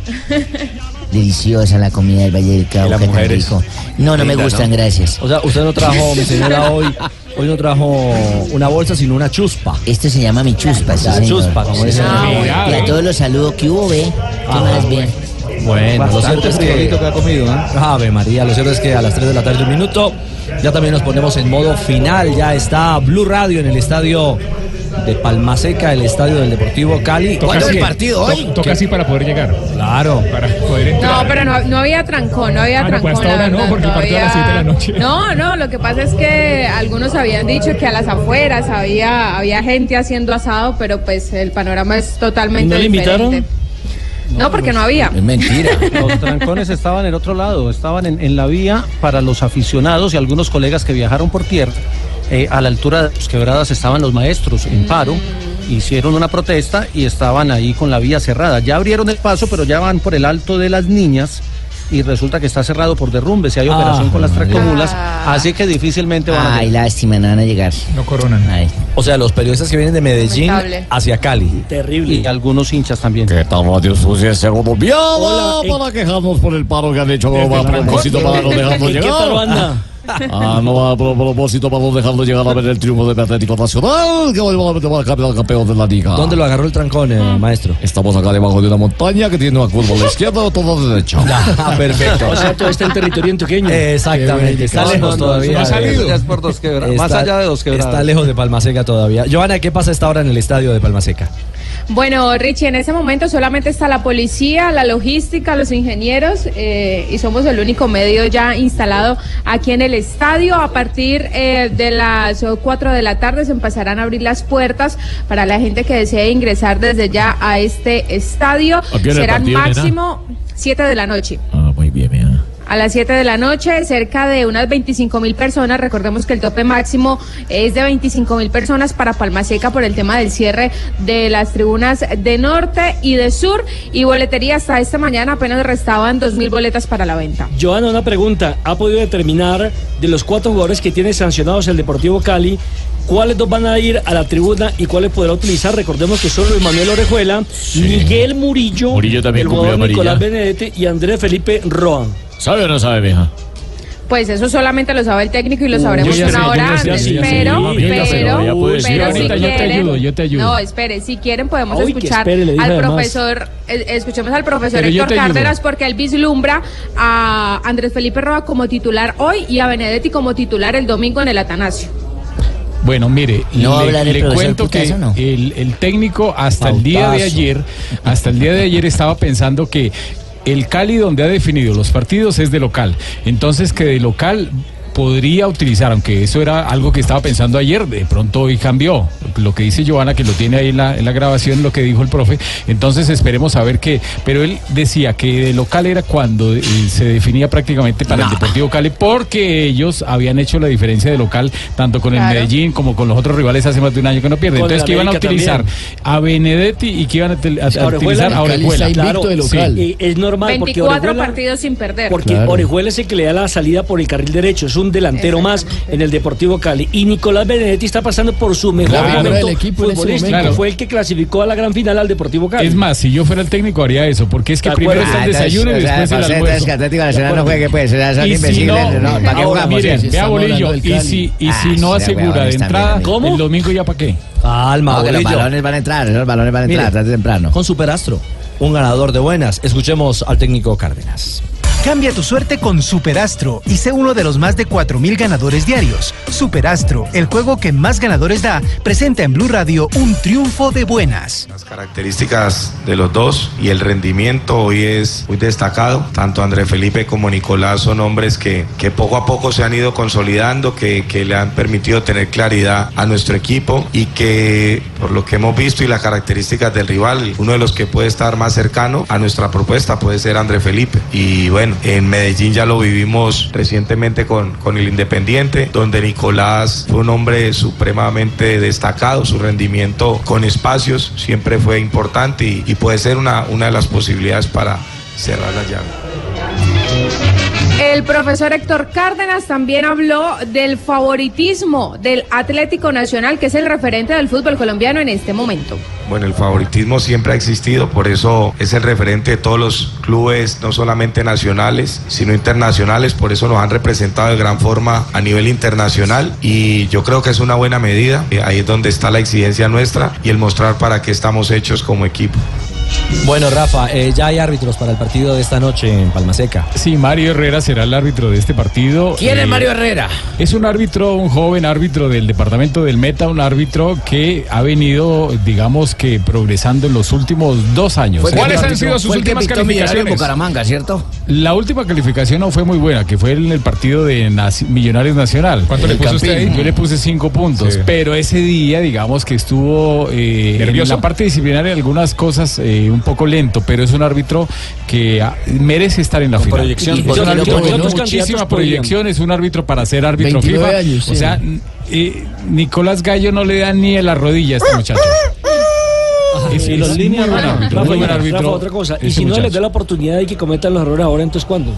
[SPEAKER 14] Deliciosa la comida del Valle del Cauca, tan
[SPEAKER 6] mujeres.
[SPEAKER 14] rico. No, no me
[SPEAKER 6] Linda,
[SPEAKER 14] gustan,
[SPEAKER 6] ¿no?
[SPEAKER 14] gracias.
[SPEAKER 6] O sea, usted no trajo, mi señora, hoy, hoy no trajo una bolsa, sino una chuspa.
[SPEAKER 14] Esto se llama mi chuspa, sí,
[SPEAKER 6] La
[SPEAKER 14] señor.
[SPEAKER 6] chuspa, como
[SPEAKER 14] Sí,
[SPEAKER 6] dicen.
[SPEAKER 14] señor. Y a todos los saludos que hubo, ve. ¿Qué
[SPEAKER 6] Ah,
[SPEAKER 14] más bien?
[SPEAKER 6] Bueno, lo cierto es que...
[SPEAKER 14] Bastante
[SPEAKER 6] ha comido, ¿eh? Ave María, lo cierto es que a las 3 de la tarde un minuto ya también nos ponemos en modo final. Ya está Blue Radio en el estadio de Palmaseca, el estadio del Deportivo Cali.
[SPEAKER 8] Toca así, to- Toca así para poder llegar.
[SPEAKER 6] Claro.
[SPEAKER 8] Para poder entrar.
[SPEAKER 15] No, pero no, no había trancón, no había
[SPEAKER 8] Ah, no,
[SPEAKER 15] trancón.
[SPEAKER 8] pues hasta
[SPEAKER 15] la
[SPEAKER 8] ahora no,
[SPEAKER 15] verdad,
[SPEAKER 8] porque el partido a las
[SPEAKER 15] todavía-
[SPEAKER 8] siete de la noche.
[SPEAKER 15] No, no, lo que pasa es que algunos habían dicho que a las afueras había, había gente haciendo asado, pero pues el panorama es totalmente
[SPEAKER 16] ¿No le
[SPEAKER 15] diferente.
[SPEAKER 16] invitaron?
[SPEAKER 8] pues,
[SPEAKER 15] No, porque no había.
[SPEAKER 16] Los trancones estaban en otro lado, estaban en, en la vía para los aficionados y algunos colegas que viajaron por tierra. Eh, a la altura de las quebradas estaban los maestros en paro, hicieron una protesta y estaban ahí con la vía cerrada. Ya abrieron el paso, pero ya van por el alto de las niñas y resulta que está cerrado por derrumbes y hay operación con las tractomulas, así que difícilmente van a
[SPEAKER 14] Ah, Ay, lástima, no van a llegar.
[SPEAKER 8] No coronan.
[SPEAKER 6] O sea, los periodistas que vienen de Medellín
[SPEAKER 16] Lamentable.
[SPEAKER 6] hacia Cali.
[SPEAKER 16] Terrible. Y algunos hinchas también.
[SPEAKER 17] ¿Qué tal, Radio Sucia? Segundo viada
[SPEAKER 16] Hola,
[SPEAKER 17] para quejarnos por el paro que han hecho no va a
[SPEAKER 16] Desde la
[SPEAKER 17] propósito
[SPEAKER 16] Rancor.
[SPEAKER 17] para no dejarnos
[SPEAKER 16] ¿Qué
[SPEAKER 17] llegar.
[SPEAKER 16] tal, banda?
[SPEAKER 17] Ah, no va a pro- propósito para no dejarnos llegar a ver el triunfo del Atlético Nacional, que hoy va a campeón, campeón de la liga.
[SPEAKER 6] ¿Dónde lo agarró el trancón, eh, maestro?
[SPEAKER 17] Ah. Estamos acá debajo de una montaña que tiene una curva a la izquierda o toda a la derecha.
[SPEAKER 6] Ah, perfecto.
[SPEAKER 5] O sea, todo está en territorio antioqueño.
[SPEAKER 6] Exactamente, está lejos todavía. de-
[SPEAKER 16] Más
[SPEAKER 6] Está-
[SPEAKER 16] allá de dos quebradas.
[SPEAKER 6] Está lejos de Palmaseca todavía. Joana, ¿qué pasa a esta hora en el estadio de Palmaseca?
[SPEAKER 15] Bueno, Richie, en ese momento solamente está la policía, la logística, los ingenieros eh, y somos el único medio ya instalado aquí en el estadio. A partir eh, de las 4 de la tarde se empezarán a abrir las puertas para la gente que desee ingresar desde ya a este estadio.
[SPEAKER 17] qué hora el
[SPEAKER 15] Serán
[SPEAKER 17] partido, nena?
[SPEAKER 15] máximo 7 de la noche. A las 7 de la noche, cerca de unas 25 mil personas. Recordemos que el tope máximo es de 25 mil personas para Palma Seca por el tema del cierre de las tribunas de norte y de sur. Y boletería hasta esta mañana apenas restaban 2 mil boletas para la venta.
[SPEAKER 5] Joana, una pregunta. ¿Ha podido determinar de los cuatro jugadores que tiene sancionados el Deportivo Cali, cuáles dos van a ir a la tribuna y cuáles podrá utilizar? Recordemos que son Luis Manuel Orejuela, Miguel Murillo,
[SPEAKER 17] Murillo también
[SPEAKER 5] el
[SPEAKER 17] cumplió
[SPEAKER 5] jugador
[SPEAKER 17] amarilla.
[SPEAKER 5] Nicolás Benedetti y Andrés Felipe Roa.
[SPEAKER 17] ¿Sabe o no sabe, vieja?
[SPEAKER 14] Pues eso solamente lo sabe el técnico y lo sabremos
[SPEAKER 12] yo ya
[SPEAKER 14] una
[SPEAKER 12] sé,
[SPEAKER 14] hora
[SPEAKER 12] yo ya sé,
[SPEAKER 14] antes.
[SPEAKER 12] yo ya sé.
[SPEAKER 14] Pero,
[SPEAKER 12] Yo ya sé,
[SPEAKER 14] pero,
[SPEAKER 12] ya puedes decir,
[SPEAKER 14] pero si
[SPEAKER 12] ahorita yo te
[SPEAKER 14] quieren-
[SPEAKER 12] ayudo, yo te ayudo.
[SPEAKER 14] No, espere, si quieren podemos
[SPEAKER 12] Uy, que
[SPEAKER 14] escuchar
[SPEAKER 12] espere, le dije
[SPEAKER 14] al
[SPEAKER 12] además.
[SPEAKER 14] profesor, eh, escuchemos al profesor
[SPEAKER 12] Pero yo
[SPEAKER 14] Héctor
[SPEAKER 12] te ayudo.
[SPEAKER 14] Cárdenas porque él vislumbra a Andrés Felipe Roa como titular hoy y a Benedetti como titular el domingo en el Atanasio.
[SPEAKER 12] Bueno, mire,
[SPEAKER 8] ¿No va a
[SPEAKER 12] le,
[SPEAKER 8] hablar el
[SPEAKER 12] le
[SPEAKER 8] profesor
[SPEAKER 12] cuento que
[SPEAKER 8] Putazo, no?
[SPEAKER 12] el, el técnico hasta el día de
[SPEAKER 8] Pautazo.
[SPEAKER 12] ayer, hasta el día de ayer estaba pensando que el Cali donde ha definido los partidos es de local, entonces que de local podría utilizar, aunque eso era algo que estaba pensando ayer, de pronto hoy cambió. Lo que dice Giovanna, que lo tiene ahí en la, en la grabación, lo que dijo el profe, entonces esperemos a ver qué. Pero él decía que de local era cuando eh, se definía prácticamente para el Deportivo Cali, porque ellos habían hecho la diferencia de local, tanto con el
[SPEAKER 18] Claro.
[SPEAKER 12] Medellín como con los otros rivales hace más de un año que no pierden.
[SPEAKER 18] Con el
[SPEAKER 12] Entonces, que iban a
[SPEAKER 18] América
[SPEAKER 12] utilizar a Benedetti y que iban a, tel- a- a utilizar a Orejuela. Sí.
[SPEAKER 5] Y eh, es normal porque
[SPEAKER 14] 24
[SPEAKER 5] Orejuela,
[SPEAKER 14] partidos sin perder.
[SPEAKER 5] porque Orejuela es el que le da la salida por el carril derecho, es un delantero más en el Deportivo Cali. Y Nicolás Benedetti está pasando por su mejor
[SPEAKER 12] Claro.
[SPEAKER 5] momento
[SPEAKER 12] El equipo en ese
[SPEAKER 5] futbolístico.
[SPEAKER 12] momento.
[SPEAKER 5] Fue el que clasificó a la gran final al Deportivo Cali.
[SPEAKER 12] Es más, si yo fuera el técnico haría eso, porque es que
[SPEAKER 5] ¿Te
[SPEAKER 12] primero
[SPEAKER 5] acuerdas?
[SPEAKER 12] está el
[SPEAKER 5] Ah, entonces,
[SPEAKER 12] desayuno y
[SPEAKER 5] o sea,
[SPEAKER 12] después
[SPEAKER 19] pues,
[SPEAKER 12] el
[SPEAKER 5] entonces,
[SPEAKER 12] almuerzo.
[SPEAKER 5] que Atlético Nacional
[SPEAKER 12] ¿De
[SPEAKER 5] no
[SPEAKER 12] acuerdo?
[SPEAKER 5] juegue, pues,
[SPEAKER 19] esas son
[SPEAKER 12] Y si
[SPEAKER 19] imbéciles,
[SPEAKER 12] no,
[SPEAKER 19] no, ¿para qué
[SPEAKER 12] ahora,
[SPEAKER 19] jugamos?
[SPEAKER 12] miren,
[SPEAKER 19] Sí, sí,
[SPEAKER 12] vea
[SPEAKER 19] estamos
[SPEAKER 12] Bolillo,
[SPEAKER 19] hablando del
[SPEAKER 12] y
[SPEAKER 19] Cali.
[SPEAKER 12] si, y
[SPEAKER 19] Ah,
[SPEAKER 12] si no
[SPEAKER 19] sea
[SPEAKER 12] asegura de
[SPEAKER 19] huevones también,
[SPEAKER 12] entrada,
[SPEAKER 19] amigo.
[SPEAKER 12] el domingo ya para qué.
[SPEAKER 6] Calma,
[SPEAKER 19] Ah, No, que los
[SPEAKER 6] Bolillo.
[SPEAKER 19] balones van a entrar, los balones van a
[SPEAKER 6] Mire,
[SPEAKER 19] entrar tarde o temprano.
[SPEAKER 6] Con Superastro, un ganador de buenas. Escuchemos al técnico Cárdenas.
[SPEAKER 15] Cambia tu suerte con Superastro y sé uno de los más de 4.000 ganadores diarios. Superastro, el juego que más ganadores da, presenta en Blue Radio un triunfo de buenas.
[SPEAKER 20] características de los dos y el rendimiento hoy es muy destacado. Tanto André Felipe como Nicolás son hombres que, que poco a poco se han ido consolidando, que, que le han permitido tener claridad a nuestro equipo y que por lo que hemos visto y las características del rival, uno de los que puede estar más cercano a nuestra propuesta puede ser André Felipe. Y bueno, en Medellín ya lo vivimos recientemente con, con el Independiente, donde Nicolás fue un hombre supremamente destacado, su rendimiento con espacios siempre fue importante y, y puede ser una, una de las posibilidades para cerrar la llave.
[SPEAKER 14] El profesor Héctor Cárdenas también habló del favoritismo del Atlético Nacional, que es el referente del fútbol colombiano en este momento.
[SPEAKER 20] Bueno, el favoritismo siempre ha existido, por eso es el referente de todos los clubes, no solamente nacionales, sino internacionales, por eso nos han representado de gran forma a nivel internacional y yo creo que es una buena medida, Eh, ahí es donde está la exigencia nuestra y el mostrar para qué estamos hechos como equipo.
[SPEAKER 6] Bueno, Rafa, eh, ya hay árbitros para el partido de esta noche en Palmaseca.
[SPEAKER 12] Sí, Mario Herrera será el árbitro de este partido.
[SPEAKER 6] ¿Quién es Mario
[SPEAKER 12] Herrera? Es un árbitro, un joven árbitro del departamento del Meta, un árbitro que ha venido, digamos que progresando en los últimos dos años.
[SPEAKER 18] Fue
[SPEAKER 12] ¿Cuáles
[SPEAKER 18] el
[SPEAKER 12] han
[SPEAKER 18] árbitro-
[SPEAKER 12] sido sus
[SPEAKER 18] fue el que
[SPEAKER 12] últimas
[SPEAKER 18] pitó Millonario en
[SPEAKER 12] calificaciones?
[SPEAKER 18] Bucaramanga,
[SPEAKER 12] ¿cierto? La última calificación no fue muy buena, que fue en el partido de Naci- Millonarios Nacional.
[SPEAKER 18] ¿Cuánto le
[SPEAKER 12] El
[SPEAKER 18] puso usted
[SPEAKER 12] Campín.
[SPEAKER 18] ahí?
[SPEAKER 12] Yo le puse cinco puntos,
[SPEAKER 18] Sí.
[SPEAKER 12] pero ese día, digamos que estuvo eh, en
[SPEAKER 18] ¿Nervioso?
[SPEAKER 12] la parte disciplinaria algunas cosas eh, un poco lento, pero es un árbitro que ah, merece estar en la final.
[SPEAKER 18] proyección,
[SPEAKER 12] Es
[SPEAKER 18] porque
[SPEAKER 12] un
[SPEAKER 18] lo
[SPEAKER 12] árbitro
[SPEAKER 18] pone,
[SPEAKER 12] con
[SPEAKER 18] ¿no?
[SPEAKER 12] muchísima
[SPEAKER 18] Candidatos podrían.
[SPEAKER 12] proyección, es un árbitro para ser árbitro
[SPEAKER 18] 29
[SPEAKER 12] FIFA.
[SPEAKER 18] años,
[SPEAKER 12] o
[SPEAKER 18] sí.
[SPEAKER 12] sea, eh, Nicolás Gallo no le da ni en la rodilla a este muchacho. Es,
[SPEAKER 5] Sí,
[SPEAKER 12] es
[SPEAKER 5] Ah, los
[SPEAKER 12] muy
[SPEAKER 5] líneas,
[SPEAKER 12] buen
[SPEAKER 5] Rafa,
[SPEAKER 12] árbitro,
[SPEAKER 5] Rafa,
[SPEAKER 12] muy buen
[SPEAKER 5] Rafa,
[SPEAKER 12] árbitro
[SPEAKER 5] otra cosa. Y
[SPEAKER 12] ese
[SPEAKER 5] si no
[SPEAKER 12] muchacho.
[SPEAKER 5] les da la oportunidad de que cometan los errores ahora, entonces ¿cuándo?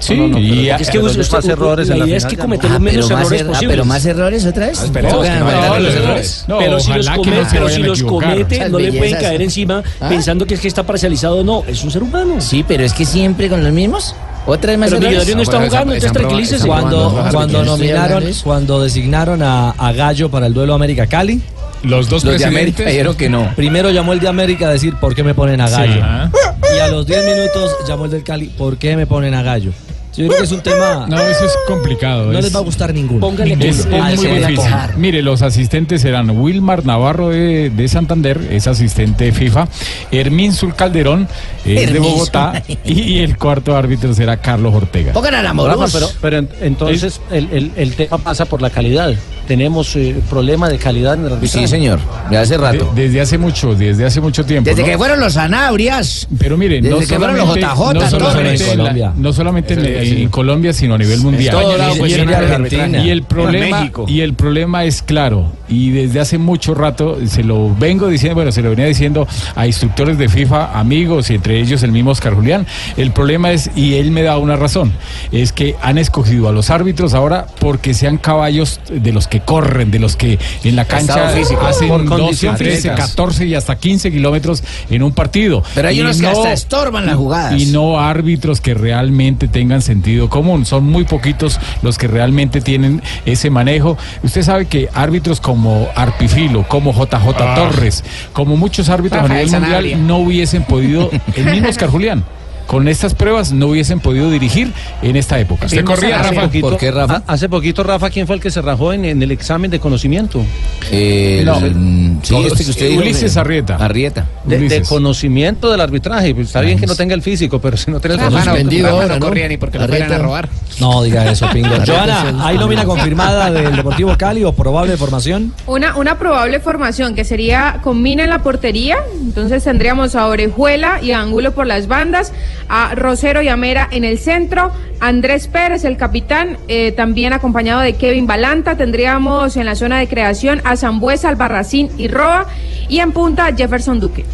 [SPEAKER 12] Sí,
[SPEAKER 5] No, no, no,
[SPEAKER 12] y
[SPEAKER 5] pero
[SPEAKER 12] a-
[SPEAKER 5] es que
[SPEAKER 12] pero
[SPEAKER 5] usted-
[SPEAKER 12] los más
[SPEAKER 5] usted-
[SPEAKER 12] errores en
[SPEAKER 5] la
[SPEAKER 12] la
[SPEAKER 5] idea es
[SPEAKER 12] final
[SPEAKER 5] que
[SPEAKER 12] ya no.
[SPEAKER 5] cometer los
[SPEAKER 12] Ah,
[SPEAKER 5] menos
[SPEAKER 12] pero más
[SPEAKER 5] errores
[SPEAKER 12] er- ah,
[SPEAKER 5] posibles.
[SPEAKER 12] pero más
[SPEAKER 19] errores otra
[SPEAKER 8] Ah,
[SPEAKER 19] vez?
[SPEAKER 12] esperemos que no, no, los errores. No,
[SPEAKER 5] pero si los
[SPEAKER 12] ojalá que
[SPEAKER 5] comete,
[SPEAKER 12] no se
[SPEAKER 5] pero
[SPEAKER 12] vayan
[SPEAKER 5] si
[SPEAKER 12] a
[SPEAKER 5] los
[SPEAKER 12] equivocar.
[SPEAKER 5] comete,
[SPEAKER 12] Esas
[SPEAKER 5] no le pueden
[SPEAKER 12] bellezas.
[SPEAKER 5] caer encima
[SPEAKER 19] ¿Ah?
[SPEAKER 5] pensando que es que está parcializado. No, es un ser humano.
[SPEAKER 19] Sí, pero es que siempre con los mismos. Otra vez
[SPEAKER 6] más
[SPEAKER 5] Pero
[SPEAKER 6] errores.
[SPEAKER 5] Millonario no está jugando, entonces tranquilícese.
[SPEAKER 6] Cuando, cuando nominaron, cuando designaron a, a Gallo para el duelo América Cali.
[SPEAKER 12] Los
[SPEAKER 18] dos Los de presidentes- América dijeron que no.
[SPEAKER 6] Primero llamó el de América a decir por qué me ponen a
[SPEAKER 18] Sí.
[SPEAKER 6] Gallo.
[SPEAKER 18] Ajá.
[SPEAKER 6] Y a los 10 minutos llamó el del Cali, ¿por qué me ponen a Gallo? Yo creo que es un tema.
[SPEAKER 12] No, eso es complicado.
[SPEAKER 6] No
[SPEAKER 12] es-
[SPEAKER 6] les va a gustar ninguno.
[SPEAKER 12] Es, es
[SPEAKER 6] Ah, se
[SPEAKER 12] muy
[SPEAKER 6] van a
[SPEAKER 12] difícil.
[SPEAKER 6] cojar.
[SPEAKER 12] Mire, los asistentes serán Wilmar Navarro de, de Santander, es asistente de FIFA, Hermín Sul Calderón es de
[SPEAKER 16] Hermín Sul.
[SPEAKER 12] Bogotá y el cuarto árbitro será Carlos Ortega.
[SPEAKER 16] Rafa, pero, pero en- entonces el, el- el tema pasa por la calidad. Tenemos eh, problema de calidad en el arbitraje.
[SPEAKER 12] de hace rato. desde hace mucho, desde hace mucho tiempo.
[SPEAKER 16] Desde
[SPEAKER 12] ¿no?
[SPEAKER 16] que
[SPEAKER 19] fueron los Anabrias.
[SPEAKER 12] Pero miren,
[SPEAKER 19] Desde
[SPEAKER 12] no
[SPEAKER 19] que fueron los
[SPEAKER 12] solamente,
[SPEAKER 19] JJ,
[SPEAKER 12] no
[SPEAKER 19] todos.
[SPEAKER 12] solamente
[SPEAKER 19] Eso en
[SPEAKER 12] en, la-
[SPEAKER 19] Colombia.
[SPEAKER 12] no solamente en,
[SPEAKER 19] Eso es
[SPEAKER 12] en Colombia, sino a nivel mundial.
[SPEAKER 18] todo lado,
[SPEAKER 12] y,
[SPEAKER 18] pues,
[SPEAKER 12] el,
[SPEAKER 18] en Argentina.
[SPEAKER 12] y el
[SPEAKER 18] En
[SPEAKER 12] problema,
[SPEAKER 18] México.
[SPEAKER 12] y el problema es claro, y desde hace mucho rato se lo vengo diciendo, bueno, se lo venía diciendo a instructores de FIFA, amigos, y entre ellos el mismo Oscar Julián. El problema es, y él me da una razón, es que han escogido a los árbitros ahora porque sean caballos de los que que corren, de los que en la cancha
[SPEAKER 18] Estado físico.
[SPEAKER 12] hacen
[SPEAKER 18] Por
[SPEAKER 12] 12,
[SPEAKER 18] condición
[SPEAKER 12] 13,
[SPEAKER 18] física.
[SPEAKER 12] 14 y hasta 15 kilómetros en un partido.
[SPEAKER 18] Pero hay
[SPEAKER 12] Y
[SPEAKER 18] unos que hasta estorban las jugadas.
[SPEAKER 12] Y no árbitros que realmente tengan sentido común. Son muy poquitos los que realmente tienen ese manejo. Usted sabe que árbitros como Arpifilo, como JJ
[SPEAKER 18] Ah.
[SPEAKER 12] Torres, como muchos árbitros a
[SPEAKER 18] Rafael
[SPEAKER 12] nivel
[SPEAKER 18] Sanabria.
[SPEAKER 12] mundial no hubiesen podido, el mismo Oscar Julián. Con estas pruebas no hubiesen podido dirigir en esta época.
[SPEAKER 16] Hace poquito- a- Hace poquito, Rafa, ¿quién fue el que se rajó en, en el examen de conocimiento?
[SPEAKER 18] El-
[SPEAKER 16] No.
[SPEAKER 18] mm, sí,
[SPEAKER 16] Todos-
[SPEAKER 18] este que usted dijo,
[SPEAKER 16] Ulises
[SPEAKER 18] eh,
[SPEAKER 16] Arrieta.
[SPEAKER 18] Arrieta.
[SPEAKER 16] De, de conocimiento del arbitraje. Pues Está bien que no tenga el físico, pero si no tiene el
[SPEAKER 6] Rafa no-
[SPEAKER 16] conocimiento.
[SPEAKER 6] Rafa no Ahora, ¿no? corría ni porque lo Arrieta. fueran a robar.
[SPEAKER 16] No, diga eso, Pingo.
[SPEAKER 6] Joana, ¿hay nómina confirmada del Deportivo Cali o probable formación?
[SPEAKER 14] Una, una probable formación que sería con Mina en la portería, entonces tendríamos a Orejuela y a Angulo por las bandas, a Rosero y a Mera en el centro, Andrés Pérez, el capitán, eh, también acompañado de Kevin Balanta, tendríamos en la zona de creación a Zambuesa, Albarracín y Roa, y en punta Jefferson Duque.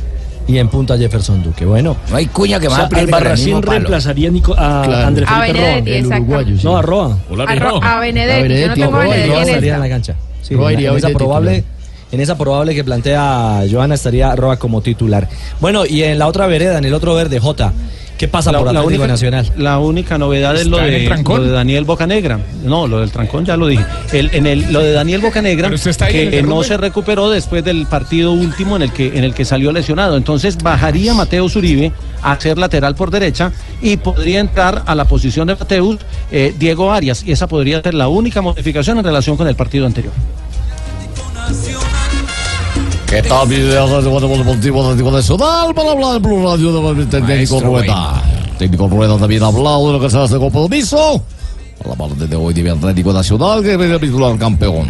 [SPEAKER 6] Y en punta Jefferson Duque. Bueno.
[SPEAKER 18] No hay cuña
[SPEAKER 5] O sea, Albarracín reemplazaría a, Nico- a
[SPEAKER 6] Claro.
[SPEAKER 5] André
[SPEAKER 14] A
[SPEAKER 5] Felipe
[SPEAKER 14] Benedetti,
[SPEAKER 5] Roa, el
[SPEAKER 14] exacto.
[SPEAKER 5] uruguayo, sí. No, a Roa.
[SPEAKER 14] A Ro- a Benedetti, yo no tengo a
[SPEAKER 6] Roa
[SPEAKER 14] Benedetti en
[SPEAKER 6] estaría
[SPEAKER 14] esta.
[SPEAKER 6] en la cancha. Sí,
[SPEAKER 14] Roa
[SPEAKER 6] en la-
[SPEAKER 14] iría
[SPEAKER 6] en
[SPEAKER 14] hoy
[SPEAKER 6] esa
[SPEAKER 14] de
[SPEAKER 6] probable, en esa probable que plantea Joana estaría Roa como titular. Bueno, y en la otra vereda, en el otro verde, J. ¿Qué pasa por Atlético Nacional?
[SPEAKER 16] La única novedad es lo
[SPEAKER 6] Está en el
[SPEAKER 16] de,
[SPEAKER 6] trancón.
[SPEAKER 16] lo de Daniel Bocanegra. No, lo del trancón ya lo dije. El- en el, lo de Daniel Bocanegra,
[SPEAKER 12] Pero usted está ahí en
[SPEAKER 16] que
[SPEAKER 12] el
[SPEAKER 16] eh, no
[SPEAKER 12] derrumbe.
[SPEAKER 16] se recuperó después del partido último en el que, en el que salió lesionado. Entonces bajaría Mateus Uribe a ser lateral por derecha y podría entrar a la posición de Mateus eh, Diego Arias. Y esa podría ser la única modificación en relación con el partido anterior.
[SPEAKER 17] ¿Qué tal, mi idea de Guatemala Deportivo Atlético Nacional? Para hablar en Blue Radio de- del técnico Rueda. El técnico Rueda también ha hablado de lo que será este compromiso. A la parte de hoy de Atlético Nacional, que viene a titular campeón.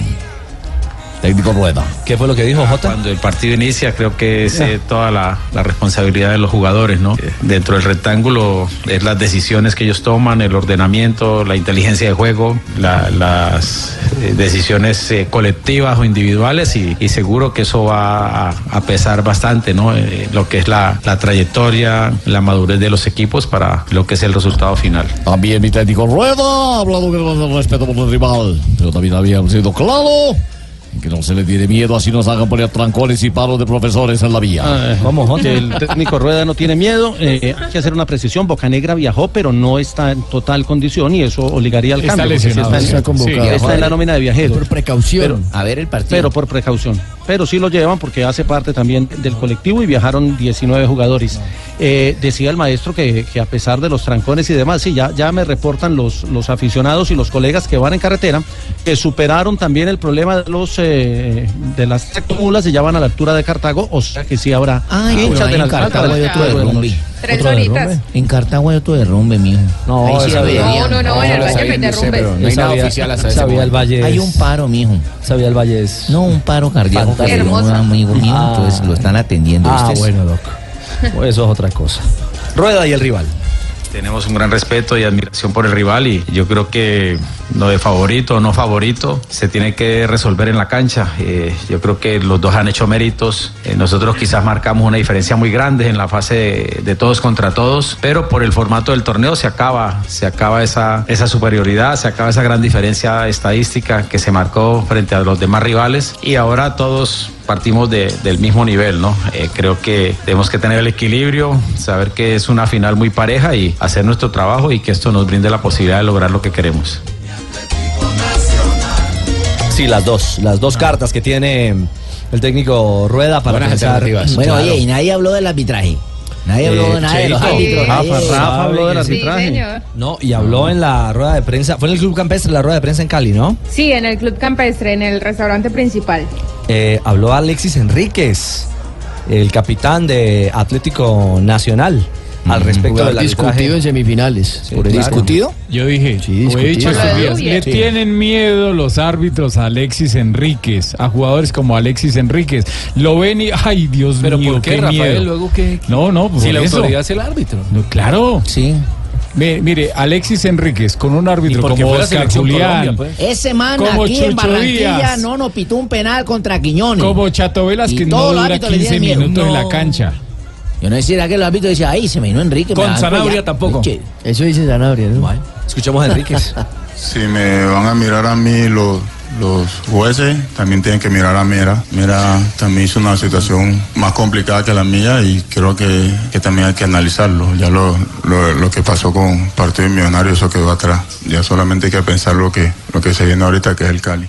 [SPEAKER 17] Técnico Rueda.
[SPEAKER 6] ¿Qué fue lo que dijo Jota?
[SPEAKER 21] Ah, Cuando el partido inicia, creo que es eh, toda la, la responsabilidad de los jugadores, ¿no? Eh, Dentro del rectángulo es las decisiones que ellos toman, el ordenamiento, la inteligencia de juego, la- las eh, decisiones eh, colectivas o individuales y, y seguro que eso va a, a pesar bastante, ¿no? Eh, lo que es la, la trayectoria, la madurez de los equipos para lo que es el resultado final.
[SPEAKER 17] También mi técnico Rueda ha hablado que no se respeto por el rival, pero también había sido claro en que no se le tiene miedo así nos hagan poner trancones y palos de profesores en la vía.
[SPEAKER 16] Vamos, El técnico Rueda no tiene miedo. eh, hay que hacer una precisión. Bocanegra viajó, pero no está en total condición y eso obligaría al
[SPEAKER 10] Está
[SPEAKER 16] cambio. porque sí
[SPEAKER 10] lesionado,
[SPEAKER 16] en-
[SPEAKER 10] está convocado.
[SPEAKER 16] está en la nómina de viajeros.
[SPEAKER 10] Por precaución.
[SPEAKER 16] a ver el partido. Pero por precaución. Pero sí lo llevan porque hace parte también del colectivo y viajaron 19 jugadores. Eh, decía el maestro que, que a pesar de los trancones y demás, sí, ya, ya me reportan los, los aficionados y los colegas que van en carretera, que superaron también el problema de, los, eh, de las mulas y ya van a la altura de Cartago, o sea que sí habrá
[SPEAKER 8] Ay,
[SPEAKER 16] hinchas
[SPEAKER 8] por ahí
[SPEAKER 16] de
[SPEAKER 8] Ah, en
[SPEAKER 16] la
[SPEAKER 8] Cartago hay otro derrumbe.
[SPEAKER 14] Tres
[SPEAKER 8] ¿Otro derrumbe?
[SPEAKER 14] horitas.
[SPEAKER 8] En Cartago hay otro derrumbe, mijo.
[SPEAKER 6] No,
[SPEAKER 8] Ahí sí
[SPEAKER 6] esa-
[SPEAKER 8] deberían.
[SPEAKER 14] No, no, no, en el Valle me derrumbes.
[SPEAKER 6] Esa vía- esa vía al Valle es-
[SPEAKER 8] Hay un paro, mijo.
[SPEAKER 6] Sabía el Valle es.
[SPEAKER 8] No, un paro cardíaco que le dio un
[SPEAKER 6] Hermosa.
[SPEAKER 8] amigo mío,
[SPEAKER 6] Ah.
[SPEAKER 8] entonces lo están atendiendo.
[SPEAKER 6] Ah,
[SPEAKER 8] ¿viste?
[SPEAKER 6] bueno, Doc. Eso es otra cosa. Rueda y el rival.
[SPEAKER 21] Tenemos un gran respeto y admiración por el rival y yo creo que lo de favorito o no favorito se tiene que resolver en la cancha. Eh, yo creo que los dos han hecho méritos. Eh, nosotros quizás marcamos una diferencia muy grande en la fase de, de todos contra todos, pero por el formato del torneo se acaba, se acaba esa, esa superioridad, se acaba esa gran diferencia estadística que se marcó frente a los demás rivales y ahora todos partimos de- del mismo nivel, ¿no? Eh, creo que tenemos que tener el equilibrio, saber que es una final muy pareja y hacer nuestro trabajo y que esto nos brinde la posibilidad de lograr lo que queremos.
[SPEAKER 6] Sí, las dos. Las dos cartas que tiene el técnico Rueda para
[SPEAKER 8] Buenas
[SPEAKER 6] pensar.
[SPEAKER 8] alternativas. Bueno, oye, y nadie habló del arbitraje. Nadie habló
[SPEAKER 6] Eh,
[SPEAKER 8] nada de los
[SPEAKER 6] Cheito.
[SPEAKER 8] árbitros.
[SPEAKER 6] Rafa,
[SPEAKER 8] nadie-
[SPEAKER 6] Rafa habló del
[SPEAKER 14] Sí,
[SPEAKER 6] arbitraje.
[SPEAKER 14] señor.
[SPEAKER 6] No, y habló en la rueda de prensa. Fue en el Club Campestre, la rueda de prensa en Cali, ¿no?
[SPEAKER 14] Sí, en el Club Campestre, en el restaurante principal.
[SPEAKER 6] Eh, habló Alexis Enríquez, el capitán de Atlético Nacional, al respecto del
[SPEAKER 10] Jugador
[SPEAKER 6] arbitraje.
[SPEAKER 10] discutido en semifinales. por eso.
[SPEAKER 12] Yo dije,
[SPEAKER 10] Sí,
[SPEAKER 12] o he dicho
[SPEAKER 10] discutido.
[SPEAKER 12] estos días,
[SPEAKER 10] Sí.
[SPEAKER 12] le tienen miedo los árbitros a Alexis Enríquez, a jugadores como Alexis Enríquez. Lo ven y, ay, Dios mío,
[SPEAKER 9] ¿Por qué, Rafael?
[SPEAKER 12] miedo.
[SPEAKER 9] Luego que.
[SPEAKER 12] No, no,
[SPEAKER 9] Si
[SPEAKER 12] por
[SPEAKER 9] la
[SPEAKER 12] eso.
[SPEAKER 9] autoridad es el árbitro.
[SPEAKER 12] No, claro. Sí. Mire, Alexis Enríquez con un árbitro
[SPEAKER 9] porque
[SPEAKER 12] como
[SPEAKER 9] fue la
[SPEAKER 12] Oscar
[SPEAKER 9] selección
[SPEAKER 12] Julián,
[SPEAKER 9] Colombia, pues.
[SPEAKER 8] Ese man
[SPEAKER 12] Como
[SPEAKER 8] aquí
[SPEAKER 12] Chucho
[SPEAKER 8] en Barranquilla
[SPEAKER 12] Díaz.
[SPEAKER 8] no nos pitó un penal contra Quiñones.
[SPEAKER 12] como Chato Velas,
[SPEAKER 8] Y
[SPEAKER 12] que
[SPEAKER 8] todos
[SPEAKER 12] no
[SPEAKER 8] los
[SPEAKER 12] dura
[SPEAKER 8] árbitros le
[SPEAKER 12] 15
[SPEAKER 8] tienen miedo.
[SPEAKER 12] minutos en la
[SPEAKER 8] No.
[SPEAKER 12] cancha.
[SPEAKER 8] Yo no decía que el árbitro decía, ahí se me vino Enrique.
[SPEAKER 12] Con
[SPEAKER 8] Sanabria
[SPEAKER 12] Sanabria tampoco.
[SPEAKER 8] Eso dice Sanabria, ¿no?
[SPEAKER 6] Escuchamos a Enríquez.
[SPEAKER 22] Si me van a mirar a mí los,
[SPEAKER 23] Los jueces también tienen que mirar a Mera. Mera también hizo una situación más complicada que la mía y creo que, que también hay que analizarlo. Ya lo, lo, lo que pasó con Partido Millonario, eso quedó atrás. Ya solamente hay que pensar lo que, lo que se viene ahorita, que es el Cali.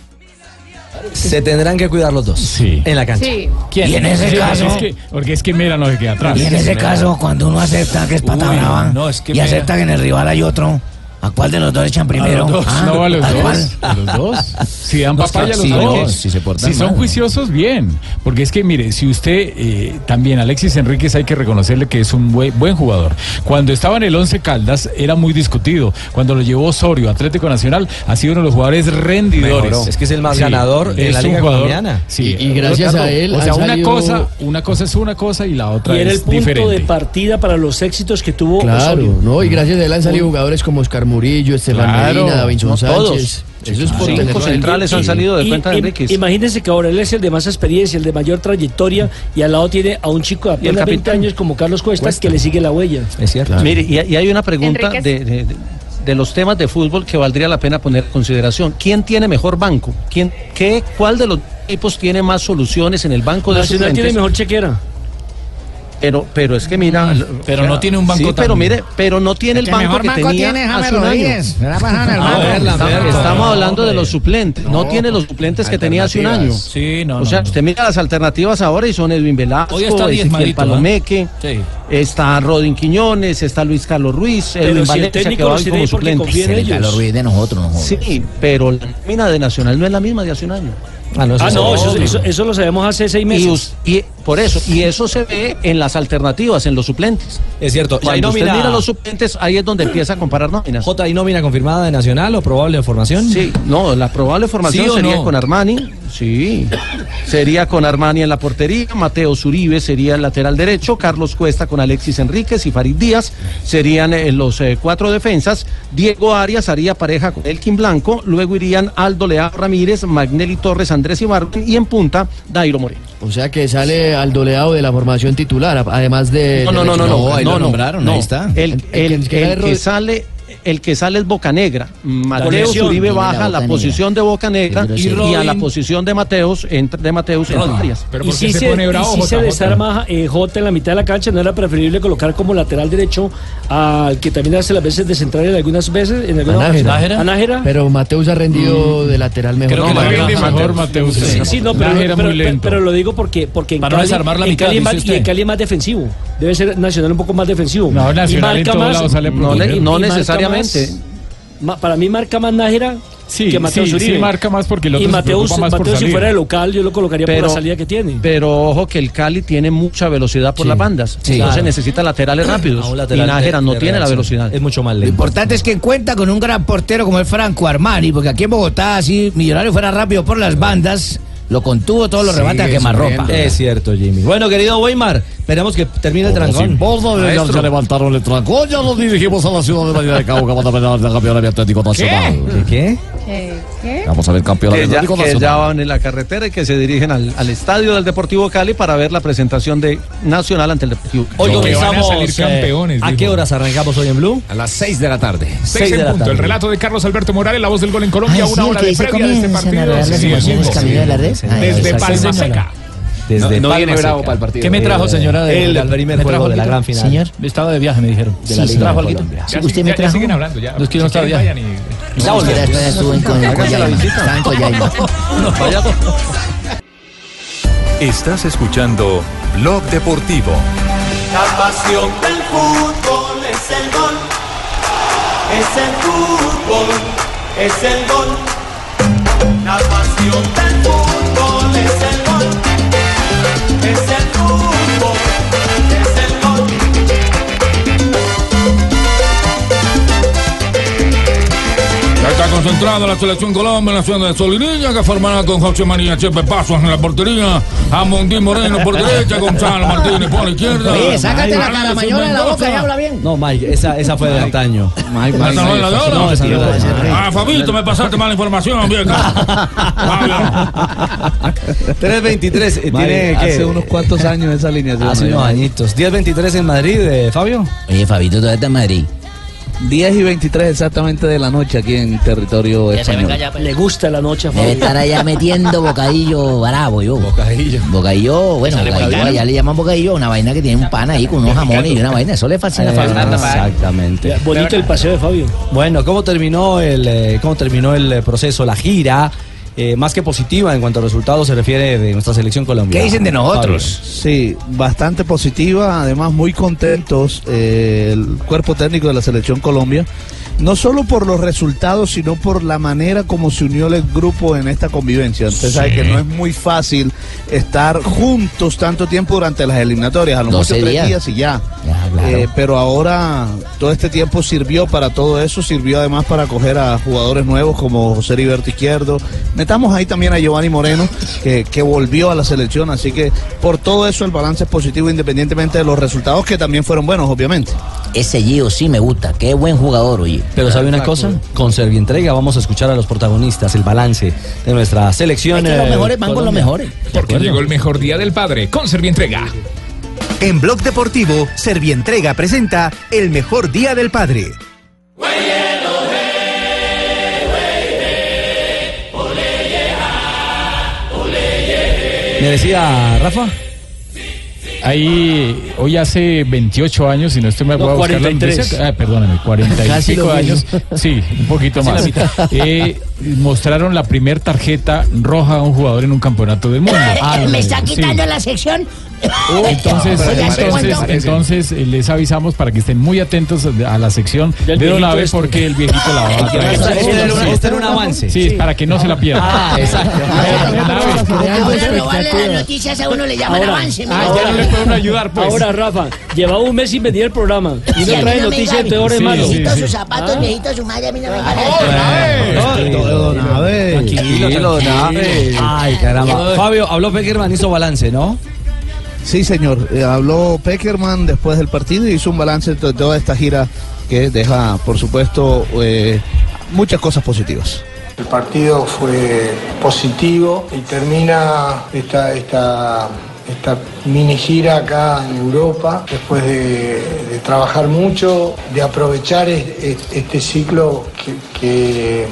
[SPEAKER 6] Se tendrán que cuidar los dos. En la cancha.
[SPEAKER 14] Sí.
[SPEAKER 6] Y en ese
[SPEAKER 12] Sí, porque
[SPEAKER 6] caso-
[SPEAKER 12] es que- porque es que Mera no se queda atrás.
[SPEAKER 18] Y en ese caso, cuando uno acepta que es pata
[SPEAKER 12] Uy,
[SPEAKER 18] brava
[SPEAKER 12] no, es que
[SPEAKER 18] y
[SPEAKER 12] mira.
[SPEAKER 18] acepta que en el rival hay otro, ¿a cuál de los dos echan primero?
[SPEAKER 12] A los dos,
[SPEAKER 18] Ah,
[SPEAKER 12] no, a los
[SPEAKER 18] ¿a cuál?
[SPEAKER 12] dos. A los dos. Si dan
[SPEAKER 18] No,
[SPEAKER 12] papaya,
[SPEAKER 18] es
[SPEAKER 12] a
[SPEAKER 18] que
[SPEAKER 12] los
[SPEAKER 18] sí, no,
[SPEAKER 12] dos.
[SPEAKER 18] si se portan
[SPEAKER 12] Si son
[SPEAKER 18] mal.
[SPEAKER 12] juiciosos, bien. Porque es que, mire, si usted eh, también, Alexis Enríquez, hay que reconocerle que es un buen, buen jugador. Cuando estaba en el Once Caldas, era muy discutido. Cuando lo llevó Osorio, Atlético Nacional, ha sido uno de los jugadores rendidores.
[SPEAKER 6] Mejoró. Es que es el más ganador de
[SPEAKER 12] es
[SPEAKER 6] la
[SPEAKER 12] un
[SPEAKER 6] Liga
[SPEAKER 12] jugador,
[SPEAKER 6] Colombiana.
[SPEAKER 12] Sí,
[SPEAKER 6] Y- y gracias a él
[SPEAKER 12] O sea,
[SPEAKER 6] han
[SPEAKER 12] una
[SPEAKER 6] salido-
[SPEAKER 12] cosa, una cosa es una cosa y la otra
[SPEAKER 5] Y era
[SPEAKER 12] es
[SPEAKER 5] el punto
[SPEAKER 12] diferente.
[SPEAKER 5] de partida para los éxitos que tuvo
[SPEAKER 10] Claro,
[SPEAKER 5] Osorio.
[SPEAKER 10] ¿no? Y gracias a él han salido jugadores como Oscar Murillo, Estefan Medina, Davinson
[SPEAKER 5] no
[SPEAKER 10] Sánchez.
[SPEAKER 5] todos.
[SPEAKER 10] Eso es por
[SPEAKER 5] Cinco
[SPEAKER 10] tenerlo a él.
[SPEAKER 5] centrales han salido de cuenta de Enríquez. Imagínense que ahora él es el de más experiencia, el de mayor trayectoria y al lado tiene a un chico de
[SPEAKER 16] Y el
[SPEAKER 5] apenas 20
[SPEAKER 16] capitán.
[SPEAKER 5] años como Carlos Cuesta,
[SPEAKER 16] Cuesta.
[SPEAKER 5] que le sigue la huella.
[SPEAKER 6] Es cierto.
[SPEAKER 16] Mire, y, y hay una pregunta de,
[SPEAKER 5] Enríquez.
[SPEAKER 16] de- de- de los temas de fútbol que valdría la pena poner en consideración. ¿Quién tiene mejor banco? ¿Quién, qué, ¿Cuál de los equipos tiene más soluciones en el banco de
[SPEAKER 5] Nacional
[SPEAKER 16] suplentes?
[SPEAKER 5] tiene mejor chequera.
[SPEAKER 16] Pero, pero es que mira,
[SPEAKER 5] pero
[SPEAKER 16] o sea,
[SPEAKER 5] no tiene un banco
[SPEAKER 16] sí,
[SPEAKER 5] tan-
[SPEAKER 16] pero mire, pero no tiene el,
[SPEAKER 5] El que
[SPEAKER 16] banco
[SPEAKER 5] mejor
[SPEAKER 16] que
[SPEAKER 5] banco
[SPEAKER 16] tenía
[SPEAKER 5] tiene James
[SPEAKER 16] hace un año.
[SPEAKER 5] Rodríguez. Era más James
[SPEAKER 6] Ah,
[SPEAKER 16] A
[SPEAKER 5] Rodríguez.
[SPEAKER 16] ver,
[SPEAKER 5] No,
[SPEAKER 16] estamos,
[SPEAKER 5] hombre.
[SPEAKER 16] estamos hablando de los suplentes. No, tiene los suplentes que tenía hace un año.
[SPEAKER 5] Alternativas. Sí, no,
[SPEAKER 16] O
[SPEAKER 5] no,
[SPEAKER 16] sea,
[SPEAKER 5] no.
[SPEAKER 16] usted mira las alternativas ahora y son Edwin Velasco,
[SPEAKER 5] Hoy está diezmadito,
[SPEAKER 16] Ezequiel
[SPEAKER 5] ¿eh?
[SPEAKER 16] Palomeque, está Rodin Quiñones, está Luis Carlos Ruiz,
[SPEAKER 5] Pero
[SPEAKER 16] Edwin
[SPEAKER 5] si el
[SPEAKER 16] Valencia que
[SPEAKER 5] técnico
[SPEAKER 16] va
[SPEAKER 5] los
[SPEAKER 16] hoy
[SPEAKER 5] tiene
[SPEAKER 16] como
[SPEAKER 5] ahí porque confía en
[SPEAKER 16] suplente.
[SPEAKER 5] Excelente, ellos. Carlos Ruiz
[SPEAKER 18] de nosotros,
[SPEAKER 16] Sí, pero la nómina de Nacional no es la misma de hace un año.
[SPEAKER 6] Ah, no,
[SPEAKER 5] Ah, no, eso,
[SPEAKER 16] es
[SPEAKER 5] eso- eso lo sabemos hace seis
[SPEAKER 16] y,
[SPEAKER 5] meses.
[SPEAKER 16] us- y- por eso, y eso se ve en las alternativas, en los suplentes.
[SPEAKER 6] Es cierto. Y hay
[SPEAKER 16] Cuando usted
[SPEAKER 6] nómina-
[SPEAKER 16] mira los suplentes, ahí es donde empieza a comparar nóminas.
[SPEAKER 6] J, ¿hay nómina confirmada de Nacional o probable de formación?
[SPEAKER 16] Sí, no, la probable formación
[SPEAKER 6] ¿Sí o
[SPEAKER 16] sería
[SPEAKER 6] no?
[SPEAKER 16] con Armani, sí. Sería con Armani en la portería, Mateo Zuribe sería el lateral derecho, Carlos Cuesta con Alexis Enríquez y Farid Díaz serían eh, los eh, cuatro defensas, Diego Arias haría pareja con Elkin Blanco, luego irían Aldo Leao Ramírez, Magnelli Torres, Andrés Ibarren y en punta Dairo Moreno.
[SPEAKER 10] O sea que sale al doleado de la formación titular, a- además de.
[SPEAKER 16] No,
[SPEAKER 10] de-
[SPEAKER 16] no, no, no, no,
[SPEAKER 10] ahí
[SPEAKER 16] no,
[SPEAKER 10] lo
[SPEAKER 16] no,
[SPEAKER 10] nombraron,
[SPEAKER 16] no.
[SPEAKER 10] ahí está.
[SPEAKER 16] El, el-
[SPEAKER 10] que
[SPEAKER 16] el
[SPEAKER 10] cae
[SPEAKER 16] que
[SPEAKER 10] Rod-
[SPEAKER 16] sale, el que sale es Boca Negra.
[SPEAKER 10] Por
[SPEAKER 16] Mateo
[SPEAKER 10] lesión.
[SPEAKER 16] Uribe
[SPEAKER 10] Tiene la
[SPEAKER 16] baja a la,
[SPEAKER 10] Boca
[SPEAKER 16] posición de Boca Negra
[SPEAKER 10] Pero
[SPEAKER 16] y,
[SPEAKER 10] sí.
[SPEAKER 16] y a la
[SPEAKER 10] Rodin-
[SPEAKER 16] posición de Mateus entra de Mateus en
[SPEAKER 5] Rodin.
[SPEAKER 16] Arias.
[SPEAKER 5] y si se, y si se desarma eh, Jota en la mitad de la cancha, ¿no era preferible colocar como lateral derecho al que también hace las veces de central en algunas veces? En alguna
[SPEAKER 10] Nájera.
[SPEAKER 5] A Nájera.
[SPEAKER 10] Pero Mateus ha rendido de lateral mejor.
[SPEAKER 5] Creo que
[SPEAKER 10] Mateus-
[SPEAKER 5] Nájera
[SPEAKER 10] Mateus-
[SPEAKER 5] mejor, Mateus. Sí, sí, no, pero, pero- pero- pero lo digo porque, porque en,
[SPEAKER 10] Para no
[SPEAKER 5] Cali,
[SPEAKER 10] desarmar la
[SPEAKER 5] en
[SPEAKER 10] mitad,
[SPEAKER 5] Cali es
[SPEAKER 10] dice
[SPEAKER 5] más- y
[SPEAKER 10] usted.
[SPEAKER 5] en Cali es más defensivo. Debe ser Nacional un poco más defensivo.
[SPEAKER 16] No,
[SPEAKER 5] Y
[SPEAKER 16] Nacional en
[SPEAKER 5] marca
[SPEAKER 16] todo
[SPEAKER 5] más-
[SPEAKER 16] lado sale
[SPEAKER 5] no,
[SPEAKER 16] proponiendo.
[SPEAKER 5] le-
[SPEAKER 16] No
[SPEAKER 5] y marca
[SPEAKER 16] necesariamente.
[SPEAKER 5] más- ma- para mí marca más Nájera
[SPEAKER 16] Sí,
[SPEAKER 5] que Mateo
[SPEAKER 16] sí, sí
[SPEAKER 5] Zuribe.
[SPEAKER 16] marca más porque el otro
[SPEAKER 5] Y
[SPEAKER 16] se
[SPEAKER 5] Mateo,
[SPEAKER 16] preocupa más por
[SPEAKER 5] Mateo, si
[SPEAKER 16] salir.
[SPEAKER 5] fuera de local, yo lo colocaría por la salida que tiene.
[SPEAKER 16] Pero ojo que el Cali tiene mucha velocidad por las bandas.
[SPEAKER 5] Sí.
[SPEAKER 16] Entonces
[SPEAKER 5] Claro.
[SPEAKER 16] necesita laterales rápidos.
[SPEAKER 5] A un
[SPEAKER 16] y
[SPEAKER 5] lateral
[SPEAKER 16] Nájera
[SPEAKER 5] de-
[SPEAKER 16] no
[SPEAKER 5] de
[SPEAKER 16] tiene la
[SPEAKER 5] reacción.
[SPEAKER 16] velocidad.
[SPEAKER 6] Es mucho más
[SPEAKER 18] Lo importante es que cuenta con un gran portero como el Franco Armani, porque aquí en Bogotá, si Millonario fuera rápido por las bandas, lo contuvo todos los rebates a quemarropa.
[SPEAKER 8] Eh,
[SPEAKER 6] Es cierto, Jimmy. Bueno, querido Weimar, esperamos que termine el
[SPEAKER 17] Sin
[SPEAKER 6] trancón.
[SPEAKER 17] importa, ya- ya, levantaron el trancón, ya nos dirigimos a la ciudad de Manila de Cabo, que van a pelear el campeón de Atlético Nacional.
[SPEAKER 6] ¿Qué? ¿Qué?
[SPEAKER 17] Vamos a ver campeón de
[SPEAKER 16] Que ya,
[SPEAKER 17] Atlético
[SPEAKER 16] que
[SPEAKER 17] Nacional.
[SPEAKER 16] ya van en la carretera y que se dirigen al, al estadio del Deportivo Cali para ver la presentación de Nacional ante el Deportivo.
[SPEAKER 6] Hoy comenzamos. eh, ¿A qué horas arrancamos hoy en Blue?
[SPEAKER 16] A las 6 de la tarde.
[SPEAKER 6] Seis
[SPEAKER 24] 6
[SPEAKER 6] de
[SPEAKER 24] en
[SPEAKER 6] la
[SPEAKER 24] punto.
[SPEAKER 6] tarde.
[SPEAKER 24] El relato de Carlos Alberto Morales, la voz del gol en Colombia,
[SPEAKER 8] Ay, Ah, sí,
[SPEAKER 24] una
[SPEAKER 8] el
[SPEAKER 24] hora
[SPEAKER 8] que
[SPEAKER 24] de
[SPEAKER 8] dice
[SPEAKER 24] previa de este
[SPEAKER 8] comienzan a
[SPEAKER 24] partido.
[SPEAKER 8] narrar las
[SPEAKER 24] Sí,
[SPEAKER 8] emociones
[SPEAKER 24] mismo,
[SPEAKER 8] camino de la red. Ay,
[SPEAKER 24] Desde
[SPEAKER 8] esa
[SPEAKER 24] Palma
[SPEAKER 8] señora.
[SPEAKER 24] Seca.
[SPEAKER 6] Desde
[SPEAKER 8] No- no viene
[SPEAKER 6] Palma
[SPEAKER 8] bravo
[SPEAKER 6] Seca.
[SPEAKER 8] para el partido.
[SPEAKER 6] ¿Qué me trajo,
[SPEAKER 8] Eh,
[SPEAKER 6] señora, del,
[SPEAKER 8] el-
[SPEAKER 6] del primer
[SPEAKER 8] ¿me
[SPEAKER 6] juego
[SPEAKER 8] trajo
[SPEAKER 6] de la
[SPEAKER 8] algo?
[SPEAKER 6] gran final?
[SPEAKER 8] Señor.
[SPEAKER 6] Estaba de viaje, me dijeron.
[SPEAKER 8] de la Liga de Colombia. Sí, usted me trajo.
[SPEAKER 6] No es que yo no estaba de viaje.
[SPEAKER 8] Ya volvió. Después estuvo en Coyaima. Estaba en Coyaima.
[SPEAKER 1] Estás escuchando Blog Deportivo.
[SPEAKER 22] La pasión del fútbol es el gol. Es el fútbol, es el gol. La pasión del fútbol es el gol. Es el fútbol, es el gol.
[SPEAKER 25] Ya está concentrada la selección Colombia en la ciudad de Solinilla, que formará con José María Chepe Pasos en la portería, a Mondín Moreno por derecha, Gonzalo Martínez por la izquierda.
[SPEAKER 6] Oye, sácate la
[SPEAKER 8] cara mañana de la boca y habla bien.
[SPEAKER 6] No, Mike, esa, esa fue de antaño. Mike,
[SPEAKER 25] ¿Esa no es la de ahora?
[SPEAKER 6] No, esa no es la de ahora.
[SPEAKER 25] Ah, Fabito, me pasaste mala información, vieja.
[SPEAKER 6] 323, eh, tiene
[SPEAKER 26] Hace
[SPEAKER 6] que.
[SPEAKER 26] unos cuantos años esa alineación.
[SPEAKER 6] Hace unos añitos. 1023 en Madrid, eh, Fabio.
[SPEAKER 8] Oye, Fabito, ¿dónde está en Madrid?
[SPEAKER 13] 10 y 23 exactamente de la noche aquí en territorio español.
[SPEAKER 5] Le gusta la noche a
[SPEAKER 8] pues. Debe
[SPEAKER 5] Fabio.
[SPEAKER 8] estar allá metiendo bocadillo bravo yo. Bocadillo. Bocadillo, bueno,
[SPEAKER 5] Sale
[SPEAKER 8] bocadillo,
[SPEAKER 5] bacano.
[SPEAKER 8] allá le llaman bocadillo, una vaina que tiene un pan ahí con unos jamones y una vaina. Eso le fascina a Fabio.
[SPEAKER 6] Exactamente.
[SPEAKER 5] Bonito el paseo de Fabio.
[SPEAKER 6] Bueno, ¿cómo terminó el, eh, cómo terminó el eh, proceso, la gira? Eh, más que positiva en cuanto a resultados se refiere de nuestra selección colombiana.
[SPEAKER 13] Sí, bastante positiva, además muy contentos eh, el cuerpo técnico de la selección Colombia, no solo por los resultados, sino por la manera como se unió el grupo en esta convivencia. Usted sabe
[SPEAKER 11] Sí.
[SPEAKER 13] que no es muy fácil estar juntos tanto tiempo durante las eliminatorias, a lo mucho
[SPEAKER 8] 12
[SPEAKER 13] tres
[SPEAKER 8] días.
[SPEAKER 13] días y ya. Eh, pero ahora todo este tiempo sirvió para todo eso, sirvió además para coger a jugadores nuevos como José Heriberto Izquierdo. Metamos ahí también a Giovanni Moreno, que, que volvió a la selección, así que por todo eso el balance es positivo independientemente de los resultados, que también fueron buenos, obviamente.
[SPEAKER 8] Ese Gio sí me gusta, qué buen jugador, oye.
[SPEAKER 6] Pero ¿sabe una cosa? Con Servientrega vamos a escuchar a los protagonistas, el balance de nuestra selección.
[SPEAKER 8] Es que los
[SPEAKER 6] eh,
[SPEAKER 8] mejores van con los
[SPEAKER 6] Colombia.
[SPEAKER 8] mejores.
[SPEAKER 6] Porque llegó
[SPEAKER 9] el mejor día del padre con Servientrega.
[SPEAKER 15] En Blog Deportivo, Servientrega presenta el mejor día del padre.
[SPEAKER 12] Me decía Rafa. Ahí, hoy hace 28 años, si no estoy me
[SPEAKER 5] No,
[SPEAKER 12] voy a buscar la
[SPEAKER 5] 43.
[SPEAKER 12] noticia. Ah, perdóname, 45
[SPEAKER 5] Casi lo
[SPEAKER 12] años.
[SPEAKER 5] mismo.
[SPEAKER 12] Sí, un poquito
[SPEAKER 5] Casi la
[SPEAKER 12] más.
[SPEAKER 5] mitad.
[SPEAKER 12] Eh, mostraron la primer tarjeta roja a un jugador en un campeonato del mundo.
[SPEAKER 6] Ah,
[SPEAKER 8] Ah,
[SPEAKER 12] Ah,
[SPEAKER 8] Me está
[SPEAKER 12] Sí. Oh,
[SPEAKER 8] quitando la sección.
[SPEAKER 12] Entonces,
[SPEAKER 8] Oiga, ¿hace
[SPEAKER 12] entonces,
[SPEAKER 8] cuánto?
[SPEAKER 12] entonces, eh, les avisamos para que estén muy atentos a la sección
[SPEAKER 6] Del
[SPEAKER 12] de
[SPEAKER 6] viejito
[SPEAKER 12] Olave
[SPEAKER 6] este.
[SPEAKER 12] porque el viejito la va a
[SPEAKER 6] Esto era-
[SPEAKER 12] traer.
[SPEAKER 6] esto era un- esto Este era un avance.
[SPEAKER 12] Sí, para que no se la pierda.
[SPEAKER 6] Ah, exacto.
[SPEAKER 8] Ahora no vale las noticias, a uno le llaman
[SPEAKER 5] Ahora.
[SPEAKER 8] avance.
[SPEAKER 5] Ah,
[SPEAKER 8] mira.
[SPEAKER 5] ya no le
[SPEAKER 12] pueden ayudar,
[SPEAKER 5] pues. Ahora, Rafa, llevaba un mes sin venir el programa. Y
[SPEAKER 8] Sí, a
[SPEAKER 5] no
[SPEAKER 8] mí
[SPEAKER 5] trae
[SPEAKER 8] no me
[SPEAKER 5] noticias
[SPEAKER 8] engañe.
[SPEAKER 5] de peores
[SPEAKER 8] Sí,
[SPEAKER 5] malos. Ah.
[SPEAKER 8] Viejito sus zapatos, viejito su madre, a mí no me
[SPEAKER 5] eh.
[SPEAKER 6] eh, Tranquilo, Nave. Ay, caramba. Fabio, habló Peckerman, hizo balance, ¿no?
[SPEAKER 13] Sí, señor. Eh, habló Peckerman después del partido y hizo un balance de toda esta gira que deja, por supuesto, eh, muchas cosas positivas.
[SPEAKER 27] El partido fue positivo y termina esta, esta, esta mini gira acá en Europa después de, de trabajar mucho, de aprovechar es- es- este ciclo que, que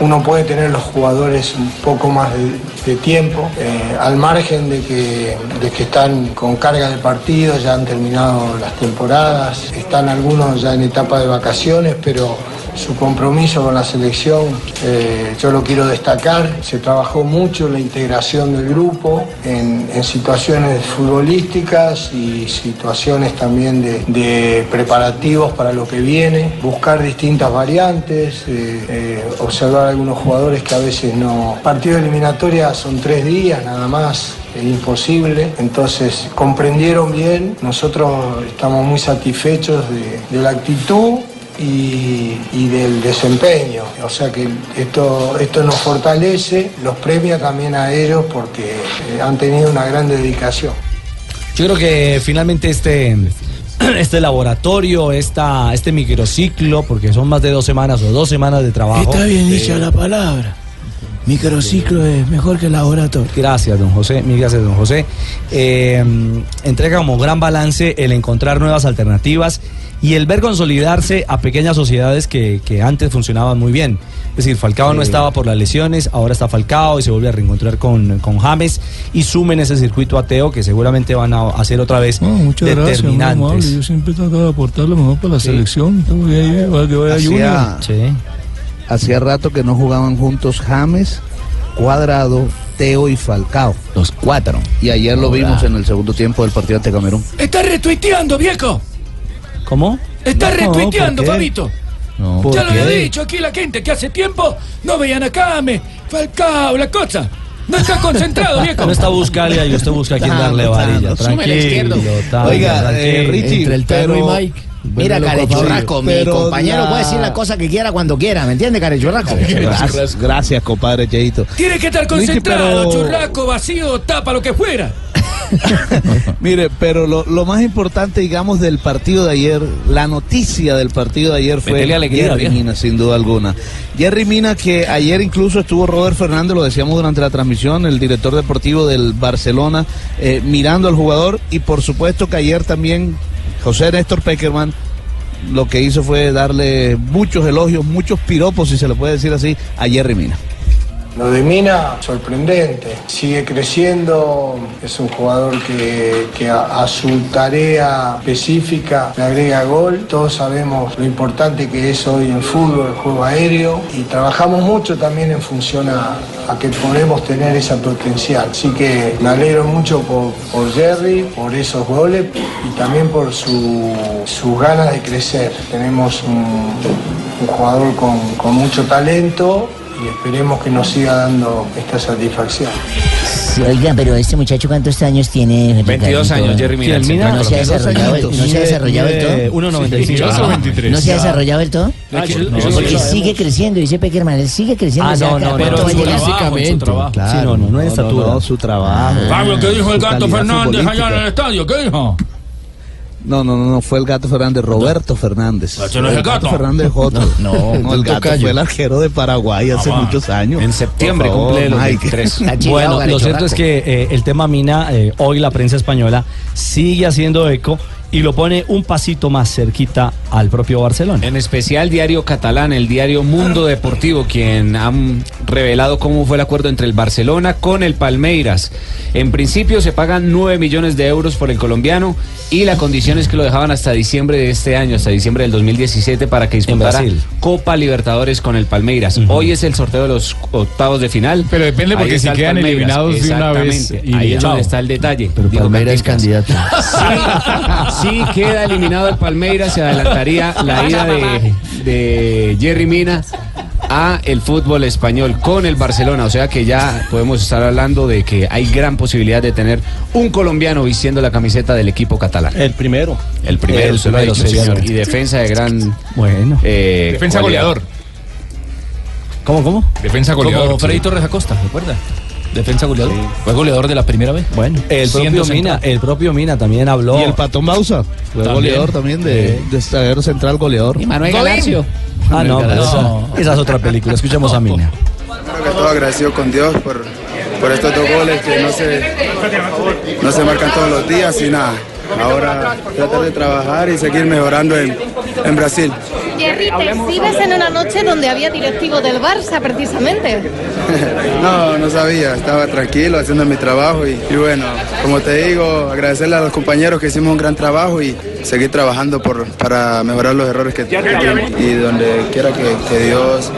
[SPEAKER 27] uno puede tener los jugadores un poco más de, de tiempo, eh, al margen de que, de que están con carga de partido, ya han terminado las temporadas, están algunos ya en etapa de vacaciones, pero su compromiso con la selección eh, yo lo quiero destacar. Se trabajó mucho la integración del grupo en, en situaciones futbolísticas y situaciones también de, de preparativos para lo que viene, buscar distintas variantes, eh, eh, observar algunos jugadores que a veces no... Partido de eliminatoria son tres días nada más, es imposible. Entonces comprendieron bien, nosotros estamos muy satisfechos de, de la actitud y, y del desempeño. O sea que esto, esto nos fortalece, los premia también a ellos porque eh, han tenido una gran dedicación.
[SPEAKER 6] Yo creo que finalmente este, este laboratorio, esta, este microciclo, porque son más de dos semanas o dos semanas de trabajo.
[SPEAKER 26] Está bien dicha
[SPEAKER 6] Eh,
[SPEAKER 26] la palabra. Microciclo es mejor que laboratorio.
[SPEAKER 6] Gracias, don José. Mil gracias, don José. Eh, entrega como gran balance el encontrar nuevas alternativas y el ver consolidarse a pequeñas sociedades que, que antes funcionaban muy bien. Es decir, Falcao no estaba por las lesiones, ahora está Falcao y se vuelve a reencontrar con, con James y sumen ese circuito ateo que seguramente van a hacer otra vez
[SPEAKER 26] Oh, Muchas gracias, muy amable.
[SPEAKER 6] determinantes.
[SPEAKER 26] Yo siempre trataba de aportar lo mejor para la selección. Estamos bien ahí, para que vaya
[SPEAKER 13] Hacía,
[SPEAKER 26] Junior.
[SPEAKER 13] hacía rato que no jugaban juntos James, Cuadrado, Teo y Falcao. Los cuatro. Y ayer lo
[SPEAKER 26] Ahora.
[SPEAKER 13] vimos en el segundo tiempo del partido ante Camerún.
[SPEAKER 26] Está retuiteando, viejo.
[SPEAKER 6] ¿Cómo?
[SPEAKER 26] Está
[SPEAKER 13] No,
[SPEAKER 26] retuiteando,
[SPEAKER 13] ¿por qué?
[SPEAKER 26] Fabito.
[SPEAKER 13] No.
[SPEAKER 26] Ya lo había dicho aquí la gente que hace tiempo no veían a Came, Falcao, la cosa. No está concentrado, viejo.
[SPEAKER 6] No está buscando y usted busca a quien darle varilla. Tranquilo, Tano,
[SPEAKER 13] Oiga, eh,
[SPEAKER 6] tranquilo.
[SPEAKER 13] Richie, pero- Vuelve
[SPEAKER 19] Mira,
[SPEAKER 13] loco,
[SPEAKER 19] Carechurrasco,
[SPEAKER 13] sí,
[SPEAKER 19] mi
[SPEAKER 13] pero
[SPEAKER 19] compañero
[SPEAKER 13] la-
[SPEAKER 19] puede decir la cosa que quiera cuando quiera, ¿me entiende, Carechurrasco?
[SPEAKER 13] Gracias, gracias, compadre Cheito.
[SPEAKER 26] Tiene que estar
[SPEAKER 13] Luigi,
[SPEAKER 26] concentrado,
[SPEAKER 13] pero-
[SPEAKER 26] churraco, vacío, tapa, lo que fuera.
[SPEAKER 13] Mire, pero lo, lo más importante, digamos, del partido de ayer, la noticia del partido de ayer fue
[SPEAKER 6] Métele alegría,
[SPEAKER 13] Jerry
[SPEAKER 6] viejo.
[SPEAKER 13] Mina, sin duda alguna. Jerry Mina, que ayer incluso estuvo Robert Fernández, lo decíamos durante la transmisión, el director deportivo del Barcelona, eh, mirando al jugador y por supuesto que ayer también José Néstor Peckerman lo que hizo fue darle muchos elogios, muchos piropos, si se le puede decir así, a Jerry Mina.
[SPEAKER 27] Lo de Mina, sorprendente. Sigue creciendo, es un jugador que, que a, a su tarea específica le agrega gol. Todos sabemos lo importante que es hoy el fútbol, el juego aéreo. Y trabajamos mucho también en función a, a que podemos tener esa potencial. Así que me alegro mucho por, por Jerry, por esos goles y también por su, sus ganas de crecer. Tenemos un, un jugador con, con mucho talento y esperemos que nos siga dando esta satisfacción.
[SPEAKER 14] Sí, Oiga, pero este muchacho, ¿cuántos años tiene?
[SPEAKER 27] 22 años, Jerry
[SPEAKER 14] Mina.
[SPEAKER 27] Miral,
[SPEAKER 14] ¿No, se ha
[SPEAKER 27] colombiano.
[SPEAKER 14] desarrollado, el- ¿No se ha desarrollado el todo?
[SPEAKER 6] Eh, 1.95.
[SPEAKER 14] Ah, ¿No se ha desarrollado el todo?
[SPEAKER 6] Ah, yo-
[SPEAKER 14] Porque
[SPEAKER 6] nosotros lo
[SPEAKER 14] sigue creciendo, dice Peckerman, él sigue creciendo.
[SPEAKER 6] Ah,
[SPEAKER 14] o sea,
[SPEAKER 6] no, no,
[SPEAKER 14] ¿cuánto
[SPEAKER 6] pero
[SPEAKER 14] va a
[SPEAKER 6] su
[SPEAKER 14] llegar?
[SPEAKER 6] trabajo, su trabajo.
[SPEAKER 14] Claro,
[SPEAKER 6] Sí, no, no, no es estatura.
[SPEAKER 13] su trabajo.
[SPEAKER 25] Pablo, ¿qué dijo el
[SPEAKER 13] Su
[SPEAKER 25] gato
[SPEAKER 13] calidad
[SPEAKER 25] Fernández allá en
[SPEAKER 13] futbolística.
[SPEAKER 25] el estadio? ¿Qué dijo?
[SPEAKER 13] No, no, no, no fue el gato Fernández, Roberto Fernández.
[SPEAKER 25] Ah, ese no es el gato.
[SPEAKER 13] Fernández es otro.
[SPEAKER 25] No, no,
[SPEAKER 13] el
[SPEAKER 25] el
[SPEAKER 13] gato
[SPEAKER 25] tocayo.
[SPEAKER 13] fue el arquero de Paraguay hace
[SPEAKER 6] Ah, va.
[SPEAKER 13] muchos años.
[SPEAKER 6] En septiembre cumple los 23. Bueno, lo cierto es que eh, el tema Mina, eh, hoy la prensa española sigue haciendo eco y lo pone un pasito más cerquita al propio Barcelona.
[SPEAKER 7] En especial diario catalán, el diario Mundo Deportivo, quien han revelado cómo fue el acuerdo entre el Barcelona con el Palmeiras. En principio se pagan 9 millones de euros por el colombiano y la condición es que lo dejaban hasta diciembre de este año, hasta diciembre del 2017 para que disputara
[SPEAKER 6] Brasil.
[SPEAKER 7] Copa Libertadores con el Palmeiras. Hoy es el sorteo de los octavos de final. Pero
[SPEAKER 12] depende porque si quedan eliminados de una vez,
[SPEAKER 7] Ahí
[SPEAKER 12] irían.
[SPEAKER 7] es donde
[SPEAKER 12] Chao.
[SPEAKER 7] está el detalle. Digo,
[SPEAKER 10] Palmeiras es candidato.
[SPEAKER 7] si queda eliminado el Palmeiras, se adelantaría la ida de, de Jerry Mina a el fútbol español con el Barcelona. O sea que ya podemos estar hablando de que hay gran posibilidad de tener un colombiano vistiendo la camiseta del equipo catalán.
[SPEAKER 16] El primero.
[SPEAKER 7] El primero,
[SPEAKER 16] El
[SPEAKER 7] usted lo ha
[SPEAKER 16] primero,
[SPEAKER 7] dicho,
[SPEAKER 16] sí,
[SPEAKER 7] señor.
[SPEAKER 16] señor.
[SPEAKER 7] Y defensa de gran.
[SPEAKER 6] Bueno.
[SPEAKER 7] defensa goleador.
[SPEAKER 6] ¿Cómo, cómo?
[SPEAKER 7] Defensa
[SPEAKER 6] goleador,
[SPEAKER 28] Como Freddy
[SPEAKER 6] sí.
[SPEAKER 28] Torres Acosta, ¿recuerda? Defensa goleador. Fue goleador de la primera vez.
[SPEAKER 6] Bueno, El propio Mina, el propio Mina también habló.
[SPEAKER 28] Y el
[SPEAKER 13] Patón Bausa, Fue goleador también de, de zaguero central goleador. Y
[SPEAKER 7] Manuel
[SPEAKER 28] Galacio.
[SPEAKER 6] Ah, no, pero
[SPEAKER 28] No.
[SPEAKER 6] esa, esa es otra película. Escuchemos a Mina.
[SPEAKER 4] Primero que todo agradecido con Dios por, por estos dos goles que no se, no se marcan todos los días y nada. Ahora tratar de trabajar y seguir mejorando en, en Brasil.
[SPEAKER 8] Jerry, te exhibes en una noche donde había directivos del Barça, precisamente.
[SPEAKER 4] No, no sabía, estaba tranquilo haciendo mi trabajo y, y bueno, como te digo, agradecerle a los compañeros que hicimos un gran trabajo y seguir trabajando por, para mejorar los errores que tuvimos y donde quiera que, que Dios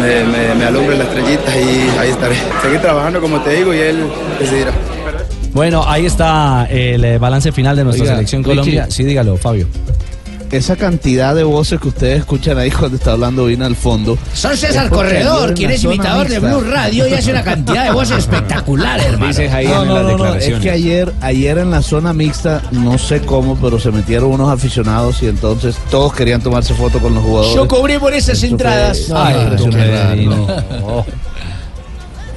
[SPEAKER 4] me, me- me alumbre la estrellita y ahí estaré. Seguir trabajando como te digo y Él decidirá.
[SPEAKER 6] Bueno, ahí está el eh, balance final de nuestra
[SPEAKER 13] Oiga,
[SPEAKER 6] selección
[SPEAKER 13] Richie.
[SPEAKER 6] Colombia. Sí, dígalo, Fabio.
[SPEAKER 13] Esa cantidad de voces que ustedes escuchan ahí cuando está hablando Vina al fondo.
[SPEAKER 8] Son
[SPEAKER 13] es
[SPEAKER 8] César
[SPEAKER 13] porque viven
[SPEAKER 8] Corredor,
[SPEAKER 13] en
[SPEAKER 8] quien
[SPEAKER 13] la
[SPEAKER 8] es
[SPEAKER 13] zona
[SPEAKER 8] imitador de
[SPEAKER 13] mixta.
[SPEAKER 8] Blue Radio y hace una cantidad de voces espectaculares, hermano.
[SPEAKER 13] no, no, no, no, Es que ayer, ayer en la zona mixta, no sé cómo, pero se metieron unos aficionados y entonces todos querían tomarse foto con los jugadores.
[SPEAKER 8] Yo cobré por esas entradas.
[SPEAKER 6] Ay,
[SPEAKER 13] Ay,
[SPEAKER 6] tú
[SPEAKER 13] impresionante.
[SPEAKER 6] qué divino.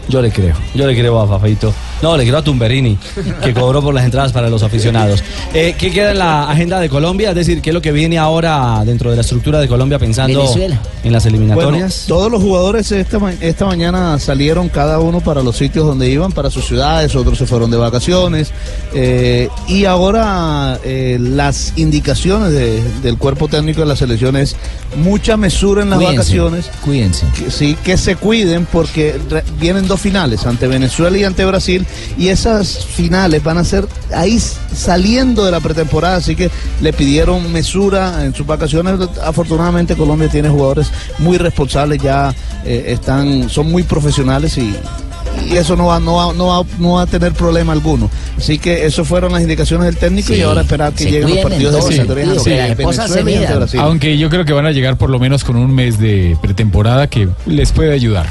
[SPEAKER 6] Yo le creo, yo le creo a Fafito. No, le creo a Tumberini, que cobró por las entradas para los aficionados. Eh, ¿Qué queda en la agenda de Colombia? Es decir, ¿qué es lo que viene ahora dentro de la estructura de Colombia pensando
[SPEAKER 13] Venezuela.
[SPEAKER 6] en las
[SPEAKER 13] Bueno,
[SPEAKER 6] eliminatorias?
[SPEAKER 13] todos los jugadores esta, ma- esta mañana salieron cada uno para los sitios donde iban, para sus ciudades, otros se fueron de vacaciones. eh, y ahora eh, las indicaciones de- del cuerpo técnico de la selección es mucha mesura en las
[SPEAKER 14] Cuídense,
[SPEAKER 13] vacaciones.
[SPEAKER 14] Cuídense.
[SPEAKER 13] que- sí, que se cuiden porque re- vienen dos finales, ante Venezuela y ante Brasil, y esas finales van a ser ahí s- saliendo de la pretemporada, así que le pidieron mesura en sus vacaciones. Afortunadamente Colombia tiene jugadores muy responsables, ya eh, están, son muy profesionales y, y eso no va, no, va, no, va, no va a tener problema alguno. Así que esas fueron las indicaciones del técnico y ahora esperar que
[SPEAKER 14] se
[SPEAKER 13] lleguen los
[SPEAKER 14] cuiden
[SPEAKER 13] partidos de
[SPEAKER 14] entonces,
[SPEAKER 13] eliminatorias
[SPEAKER 14] sí,
[SPEAKER 13] ante
[SPEAKER 14] que las esposas
[SPEAKER 13] Venezuela
[SPEAKER 14] se
[SPEAKER 13] y ante
[SPEAKER 14] midan.
[SPEAKER 13] Brasil.
[SPEAKER 12] Aunque yo creo que van a llegar por lo menos con un mes de pretemporada que les puede ayudar.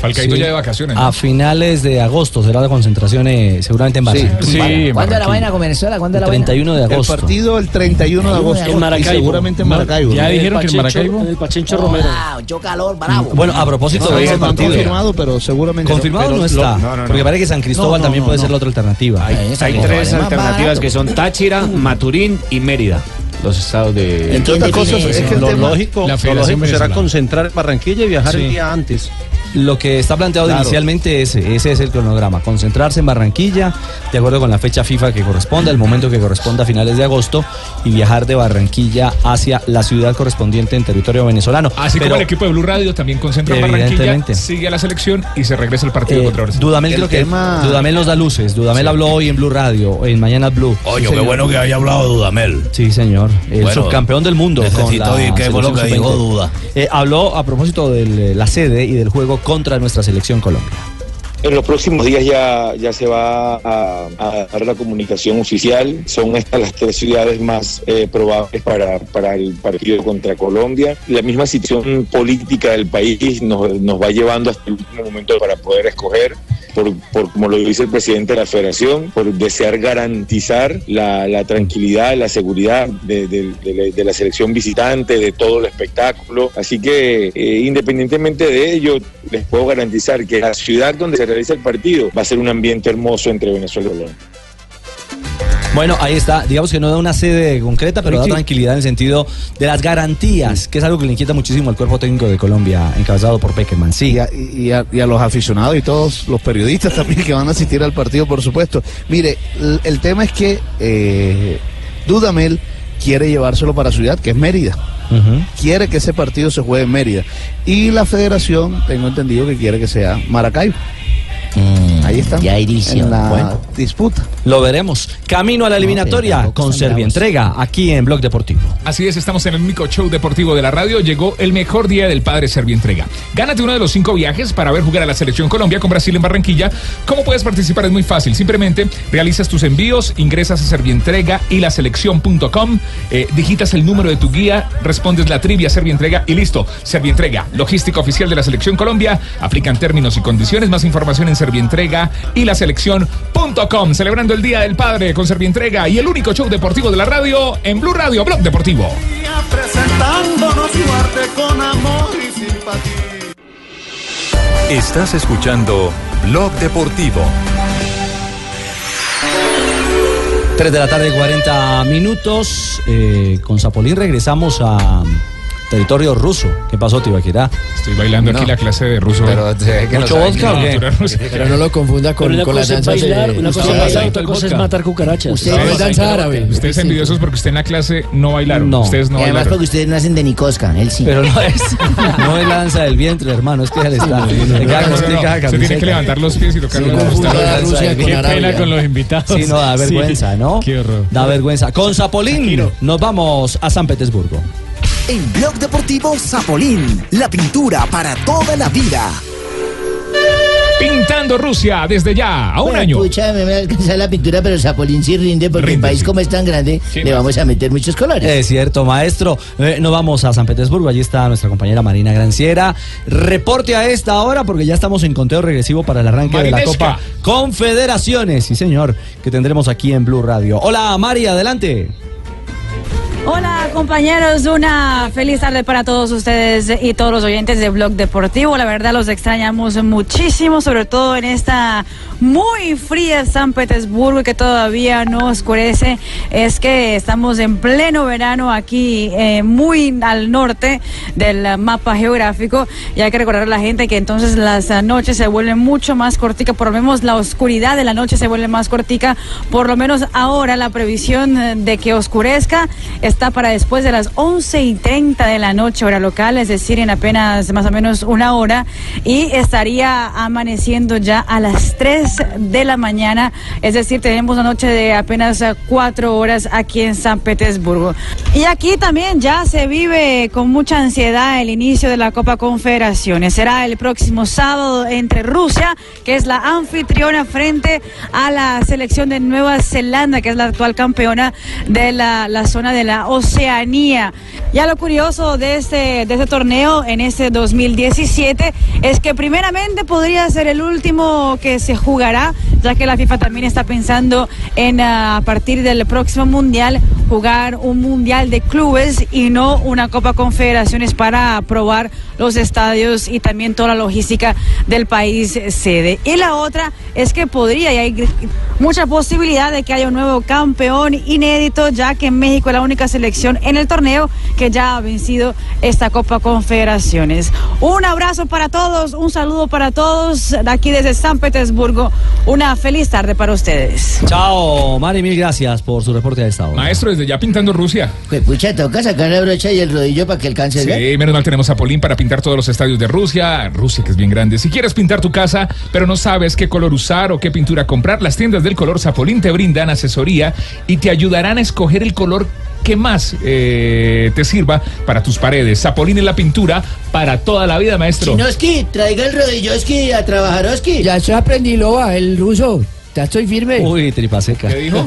[SPEAKER 6] Sí. A finales de agosto será la concentración eh, seguramente en Brasil.
[SPEAKER 12] Sí, en
[SPEAKER 14] ¿Cuándo la vaina con Venezuela? ¿Cuándo
[SPEAKER 6] El
[SPEAKER 14] la vaina?
[SPEAKER 6] 31 de agosto.
[SPEAKER 13] El partido el 31 de agosto.
[SPEAKER 6] En Maracaibo.
[SPEAKER 13] Y seguramente en
[SPEAKER 6] No,
[SPEAKER 13] Maracaibo.
[SPEAKER 6] ya dijeron que en Maracaibo.
[SPEAKER 5] En el Pachincho
[SPEAKER 14] Oh,
[SPEAKER 5] Romero.
[SPEAKER 14] wow, yo calor, bravo.
[SPEAKER 6] Bueno, a propósito
[SPEAKER 13] No,
[SPEAKER 6] de ese
[SPEAKER 13] no, no han
[SPEAKER 6] partido.
[SPEAKER 13] confirmado, pero seguramente.
[SPEAKER 6] Confirmado
[SPEAKER 13] pero-
[SPEAKER 6] no
[SPEAKER 13] pero-
[SPEAKER 6] está,
[SPEAKER 13] no, no, no.
[SPEAKER 6] porque parece que San Cristóbal
[SPEAKER 13] No, no,
[SPEAKER 6] también
[SPEAKER 13] no,
[SPEAKER 6] puede
[SPEAKER 13] no.
[SPEAKER 6] ser la otra alternativa.
[SPEAKER 7] Hay tres alternativas que son Táchira, Maturín y Mérida. Los estados de.
[SPEAKER 16] Entre otras cosas, es que lo lógico, lo lógico será concentrar en Barranquilla y viajar
[SPEAKER 7] Sí.
[SPEAKER 16] el día antes.
[SPEAKER 6] Lo que está planteado
[SPEAKER 11] Claro.
[SPEAKER 6] inicialmente es, ese es el cronograma, concentrarse en Barranquilla, de acuerdo con la fecha FIFA que corresponda, el momento que corresponda a finales de agosto, y viajar de Barranquilla hacia la ciudad correspondiente en territorio venezolano.
[SPEAKER 9] Así
[SPEAKER 6] Pero-
[SPEAKER 9] como el equipo de Blue Radio también concentra en Barranquilla,
[SPEAKER 6] Evidentemente.
[SPEAKER 9] sigue a la selección y se regresa al partido
[SPEAKER 6] Eh,
[SPEAKER 9] contra Brasil.
[SPEAKER 6] Dudamel creo que Dudamel nos da luces. Dudamel
[SPEAKER 9] Sí.
[SPEAKER 6] habló hoy en Blue Radio, en Mañana Blue.
[SPEAKER 23] Oye,
[SPEAKER 6] Sí,
[SPEAKER 23] qué
[SPEAKER 6] señor.
[SPEAKER 23] bueno que haya hablado Dudamel.
[SPEAKER 6] Sí, señor. El
[SPEAKER 23] Bueno,
[SPEAKER 6] subcampeón del mundo.
[SPEAKER 23] necesito oír qué fue lo
[SPEAKER 6] selección
[SPEAKER 23] que dijo
[SPEAKER 6] sub-veinte.
[SPEAKER 23] Duda.
[SPEAKER 6] Eh, habló a propósito de la sede y del juego contra nuestra selección Colombia.
[SPEAKER 14] En los próximos días ya, ya se va a, a dar la comunicación oficial. Son estas las tres ciudades más eh, probables para, para el partido contra Colombia. La misma situación política del país nos, nos va llevando hasta el último momento para poder escoger. Por, por como lo dice el presidente de la federación, por desear garantizar la, la tranquilidad, la seguridad de, de- de la- de la selección visitante, de todo el espectáculo. Así que eh, independientemente de ello, les puedo garantizar que la ciudad donde se realiza el partido va a ser un ambiente hermoso entre Venezuela y Colombia.
[SPEAKER 6] Bueno, ahí está. Digamos que no da una sede concreta, pero da
[SPEAKER 14] Richie.
[SPEAKER 6] tranquilidad en el sentido de las garantías, que es algo que le inquieta muchísimo al cuerpo técnico de Colombia, encabezado por Peckerman. Sí.
[SPEAKER 13] Y a, y a- y a los aficionados y todos los periodistas también que van a asistir al partido, por supuesto. Mire, el, el tema es que eh, Dudamel quiere llevárselo para su ciudad, que es Mérida. Quiere que ese partido se juegue en Mérida. Y la federación, tengo entendido que quiere que sea Maracaibo.
[SPEAKER 6] Mm,
[SPEAKER 13] Ahí está. Ya En la
[SPEAKER 6] Bueno.
[SPEAKER 13] disputa.
[SPEAKER 6] Lo veremos. Camino a la eliminatoria con Servientrega, aquí en Blog Deportivo.
[SPEAKER 9] Así es, estamos en el único show deportivo de la radio. Llegó el mejor día del padre Servientrega. Gánate uno de los cinco viajes para ver jugar a la selección Colombia con Brasil en Barranquilla. ¿Cómo puedes participar? Es muy fácil. Simplemente realizas tus envíos, ingresas a Servientrega y la selección.com, eh, digitas el número de tu guía, respondes la trivia Servientrega y listo. Servientrega, logística oficial de la selección Colombia. Aplican términos y condiciones. Más información en Servientrega y la selección.com. Celebrando el Día del Padre con Servientrega y el único show deportivo de la radio en Blue Radio, Blog Deportivo.
[SPEAKER 22] Presentándonos fuerte con amor y simpatía.
[SPEAKER 1] Estás escuchando Blog Deportivo.
[SPEAKER 6] 3 de la tarde, 40 minutos. Eh, con Zapolín regresamos a mm, territorio ruso. ¿Qué pasó, Tibaquirá?
[SPEAKER 9] Estoy bailando aquí la clase de ruso.
[SPEAKER 6] Pero eh, se ve que
[SPEAKER 9] Mucho
[SPEAKER 6] no sabe
[SPEAKER 9] vodka,
[SPEAKER 6] ni
[SPEAKER 9] ¿o qué?
[SPEAKER 6] cultura rusa.
[SPEAKER 10] Pero no lo confunda con,
[SPEAKER 9] Pero una
[SPEAKER 10] con las
[SPEAKER 9] cosa es
[SPEAKER 10] danzas de-
[SPEAKER 9] bailar, una cosa es
[SPEAKER 10] Usted-
[SPEAKER 9] bailar,
[SPEAKER 5] Otra cosa es matar cucarachas.
[SPEAKER 10] Usted no es danza árabe.
[SPEAKER 9] Ustedes envidiosos porque usted en la clase no bailaron. Ustedes no
[SPEAKER 8] y además
[SPEAKER 9] bailaron.
[SPEAKER 8] porque ustedes no hacen de Nicoska, él sí.
[SPEAKER 6] Pero no es, no es la danza del vientre, hermano. Es que es el estado.
[SPEAKER 9] No, no, no, no, Se tiene que levantar los pies y tocar los costados.
[SPEAKER 6] Sí, no, da vergüenza, ¿no?
[SPEAKER 9] Qué horror.
[SPEAKER 6] Da vergüenza. Con Zapolín nos vamos a San Petersburgo.
[SPEAKER 17] En Blog Deportivo Zapolín, la pintura para toda la vida.
[SPEAKER 9] Pintando Rusia desde ya, a un
[SPEAKER 8] Bueno,
[SPEAKER 9] año.
[SPEAKER 8] Pucha, me va a alcanzar la pintura, pero Zapolín sí rinde porque el
[SPEAKER 6] Rinde,
[SPEAKER 8] país
[SPEAKER 6] sí.
[SPEAKER 8] como es tan grande,
[SPEAKER 6] Sí,
[SPEAKER 8] le
[SPEAKER 6] no.
[SPEAKER 8] vamos a meter muchos colores.
[SPEAKER 6] Es cierto, maestro. Eh, nos vamos a San Petersburgo. Allí está nuestra compañera Marina Granciera. Reporte a esta hora porque ya estamos en conteo regresivo para el arranque de la
[SPEAKER 18] Marinesca.
[SPEAKER 6] Copa Confederaciones. Sí, señor, que tendremos aquí en Blue Radio. Hola, Mari, adelante.
[SPEAKER 18] Hola compañeros, una feliz tarde para todos ustedes y todos los oyentes de Blog Deportivo. La verdad los extrañamos muchísimo, sobre todo en esta muy fría San Petersburgo que todavía no oscurece. Es que estamos en pleno verano aquí, eh, muy al norte del mapa geográfico. Y hay que recordar a la gente que entonces las ah, noches se vuelven mucho más corticas, por lo menos la oscuridad de la noche se vuelve más cortica, por lo menos ahora la previsión eh, de que oscurezca está para después de las 11 y 30 de la noche, hora local, es decir, en apenas más o menos una hora, y estaría amaneciendo ya a las 3 de la mañana, es decir, tenemos una noche de apenas eh, cuatro horas aquí en San Petersburgo. Y aquí también ya se vive con mucha ansiedad el inicio de la Copa Confederaciones. Será el próximo sábado entre Rusia, que es la anfitriona frente a la selección de Nueva Zelanda, que es la actual campeona de la, la zona de la Oceanía. Ya lo curioso de este, de este torneo en este 2017 es que primeramente podría ser el último que se jugará, ya que la FIFA también está pensando en ah, a partir del próximo mundial jugar un mundial de clubes y no una Copa Confederaciones para probar los estadios y también toda la logística del país sede. Y la otra es que podría y hay gr- mucha posibilidad de que haya un nuevo campeón inédito, ya que México es la única selección en el torneo que ya ha vencido esta Copa Confederaciones. Un abrazo para todos, un saludo para todos de aquí desde San Petersburgo. Una feliz tarde para ustedes.
[SPEAKER 6] Chao, Mari, mil gracias por su reporte a esta hora.
[SPEAKER 9] Maestro, desde ya pintando Rusia.
[SPEAKER 8] Pues, Pucha, toca sacar la brocha y el rodillo para que alcance el
[SPEAKER 9] Sí, menos mal tenemos a Polín para pintar todos los estadios de Rusia, Rusia que es bien grande. Si quieres pintar tu casa, pero no sabes qué color usar o qué pintura comprar, las tiendas del color Zapolín te brindan asesoría y te ayudarán a escoger el color que más eh, te sirva para tus paredes. Zapolín es la pintura para toda la vida, maestro.
[SPEAKER 8] Chinoski, traiga el rodilloski a trabajar, Oski.
[SPEAKER 10] Ya yo aprendí loba, el ruso. Ya estoy firme.
[SPEAKER 6] Uy, tripa seca. ¿Qué
[SPEAKER 9] dijo?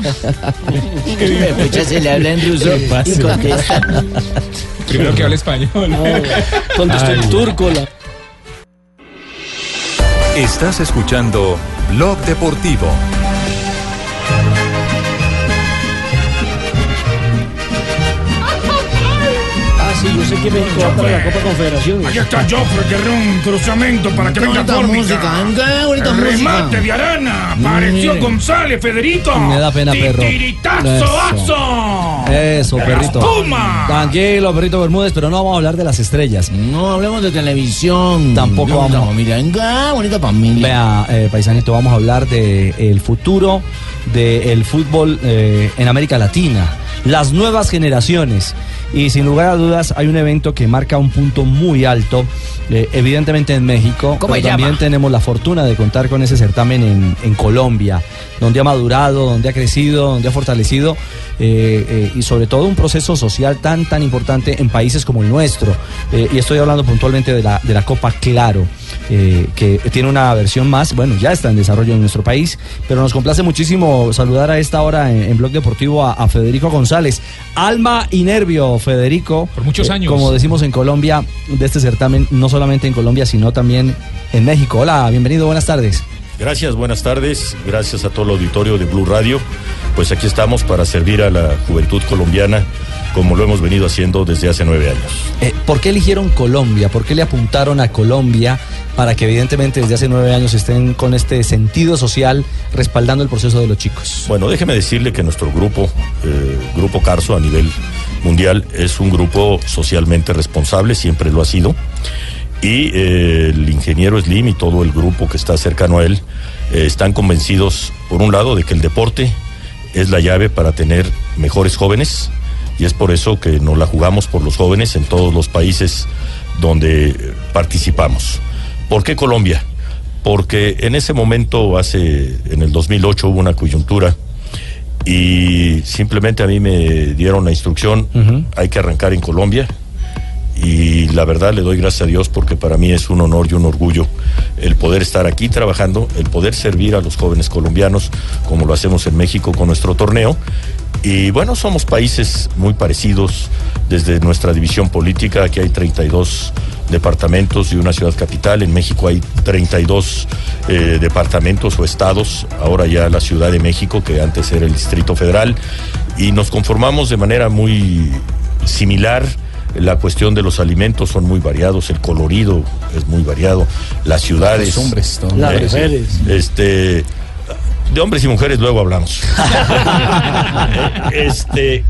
[SPEAKER 8] Pucha, se le habla en ruso
[SPEAKER 6] ¿Qué pasa?
[SPEAKER 8] y contesta.
[SPEAKER 9] Primero que habla español.
[SPEAKER 5] Contestó
[SPEAKER 1] Ay.
[SPEAKER 5] en turco. la-
[SPEAKER 1] Estás escuchando Blog Deportivo.
[SPEAKER 5] Ah, sí, yo sé que México va para la Copa Confederaciones.
[SPEAKER 25] Aquí está Joffre que rea un cruzamiento para que
[SPEAKER 5] Qué
[SPEAKER 25] venga
[SPEAKER 5] bonita
[SPEAKER 25] fórmica.
[SPEAKER 5] música, qué bonita
[SPEAKER 25] El
[SPEAKER 5] música.
[SPEAKER 25] Remate de Arana. Apareció
[SPEAKER 6] Mire.
[SPEAKER 25] González, Federico.
[SPEAKER 6] Me da pena, perro.
[SPEAKER 25] Titiritazo,
[SPEAKER 6] Eso.
[SPEAKER 25] aso.
[SPEAKER 6] Eso, perrito.
[SPEAKER 25] ¡Puma!
[SPEAKER 6] Tranquilo, perrito Bermúdez, pero no vamos a hablar de las estrellas. No hablemos de televisión. Tampoco
[SPEAKER 8] Bonita
[SPEAKER 6] vamos.
[SPEAKER 8] familia, venga, bonita familia.
[SPEAKER 6] Vea, eh, paisanito, vamos a hablar del futuro del fútbol eh, en América Latina. Las nuevas generaciones. Y sin lugar a dudas, hay un evento que marca un punto muy alto, eh, evidentemente en México.
[SPEAKER 8] ¿Cómo
[SPEAKER 6] pero
[SPEAKER 8] se llama?
[SPEAKER 6] también tenemos la fortuna de contar con ese certamen en, en Colombia, donde ha madurado, donde ha crecido, donde ha fortalecido eh, eh, y sobre todo un proceso social tan tan importante en países como el nuestro. Eh, y estoy hablando puntualmente de la, de la Copa Claro, eh, que tiene una versión más, bueno, ya está en desarrollo en nuestro país, pero nos complace muchísimo saludar a esta hora en, en Blog Deportivo a, a Federico González, alma y nervio, Federico. Por
[SPEAKER 9] muchos años.
[SPEAKER 6] como decimos en Colombia, de este certamen, no solamente en Colombia, sino también en México. Hola, bienvenido, buenas tardes.
[SPEAKER 19] Gracias, buenas tardes. Gracias a todo el auditorio de Blue Radio. Pues aquí estamos para servir a la juventud colombiana como lo hemos venido haciendo desde hace nueve años.
[SPEAKER 6] Eh, ¿Por qué eligieron Colombia? ¿Por qué le apuntaron a Colombia para que evidentemente desde hace nueve años estén con este sentido social respaldando el proceso de los chicos?
[SPEAKER 19] Bueno, déjeme decirle que nuestro grupo, eh, Grupo Carso a nivel mundial, es un grupo socialmente responsable, siempre lo ha sido. Y eh, el ingeniero Slim y todo el grupo que está cercano a él eh, están convencidos, por un lado, de que el deporte es la llave para tener mejores jóvenes. Y es por eso que nos la jugamos por los jóvenes en todos los países donde eh, participamos. ¿Por qué Colombia? porque en ese momento, hace en el 2008 hubo una coyuntura y simplemente a mí me dieron la instrucción, hay que arrancar en Colombia y la verdad le doy gracias a Dios porque para mí es un honor y un orgullo el poder estar aquí trabajando, el poder servir a los jóvenes colombianos como lo hacemos en México con nuestro torneo. Y bueno, somos países muy parecidos desde nuestra división política. Aquí hay 32 departamentos y una ciudad capital. En México hay 32 eh, departamentos o estados. Ahora ya la Ciudad de México, que antes era el Distrito Federal. Y nos conformamos de manera muy similar. La cuestión de los alimentos son muy variados, el colorido es muy variado, las ciudades.
[SPEAKER 7] Los hombres, ¿no?
[SPEAKER 5] Las
[SPEAKER 19] Eh,
[SPEAKER 5] mujeres.
[SPEAKER 19] Este. De hombres y mujeres luego hablamos. este.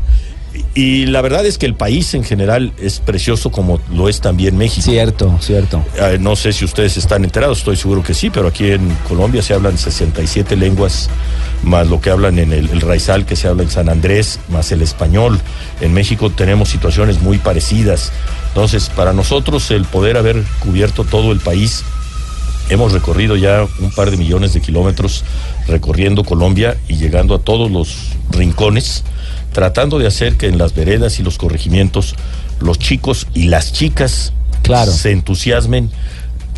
[SPEAKER 19] Y la verdad es que el país en general es precioso como lo es también México.
[SPEAKER 6] Cierto, cierto.
[SPEAKER 19] Eh, no sé si ustedes están enterados, estoy seguro que sí, pero aquí en Colombia se hablan 67 lenguas, más lo que hablan en el, el raizal que se habla en San Andrés, más el español. En México tenemos situaciones muy parecidas. Entonces, para nosotros el poder haber cubierto todo el país Hemos recorrido ya un par de millones de kilómetros recorriendo Colombia y llegando a todos los rincones, tratando de hacer que en las veredas y los corregimientos los chicos y las chicas se entusiasmen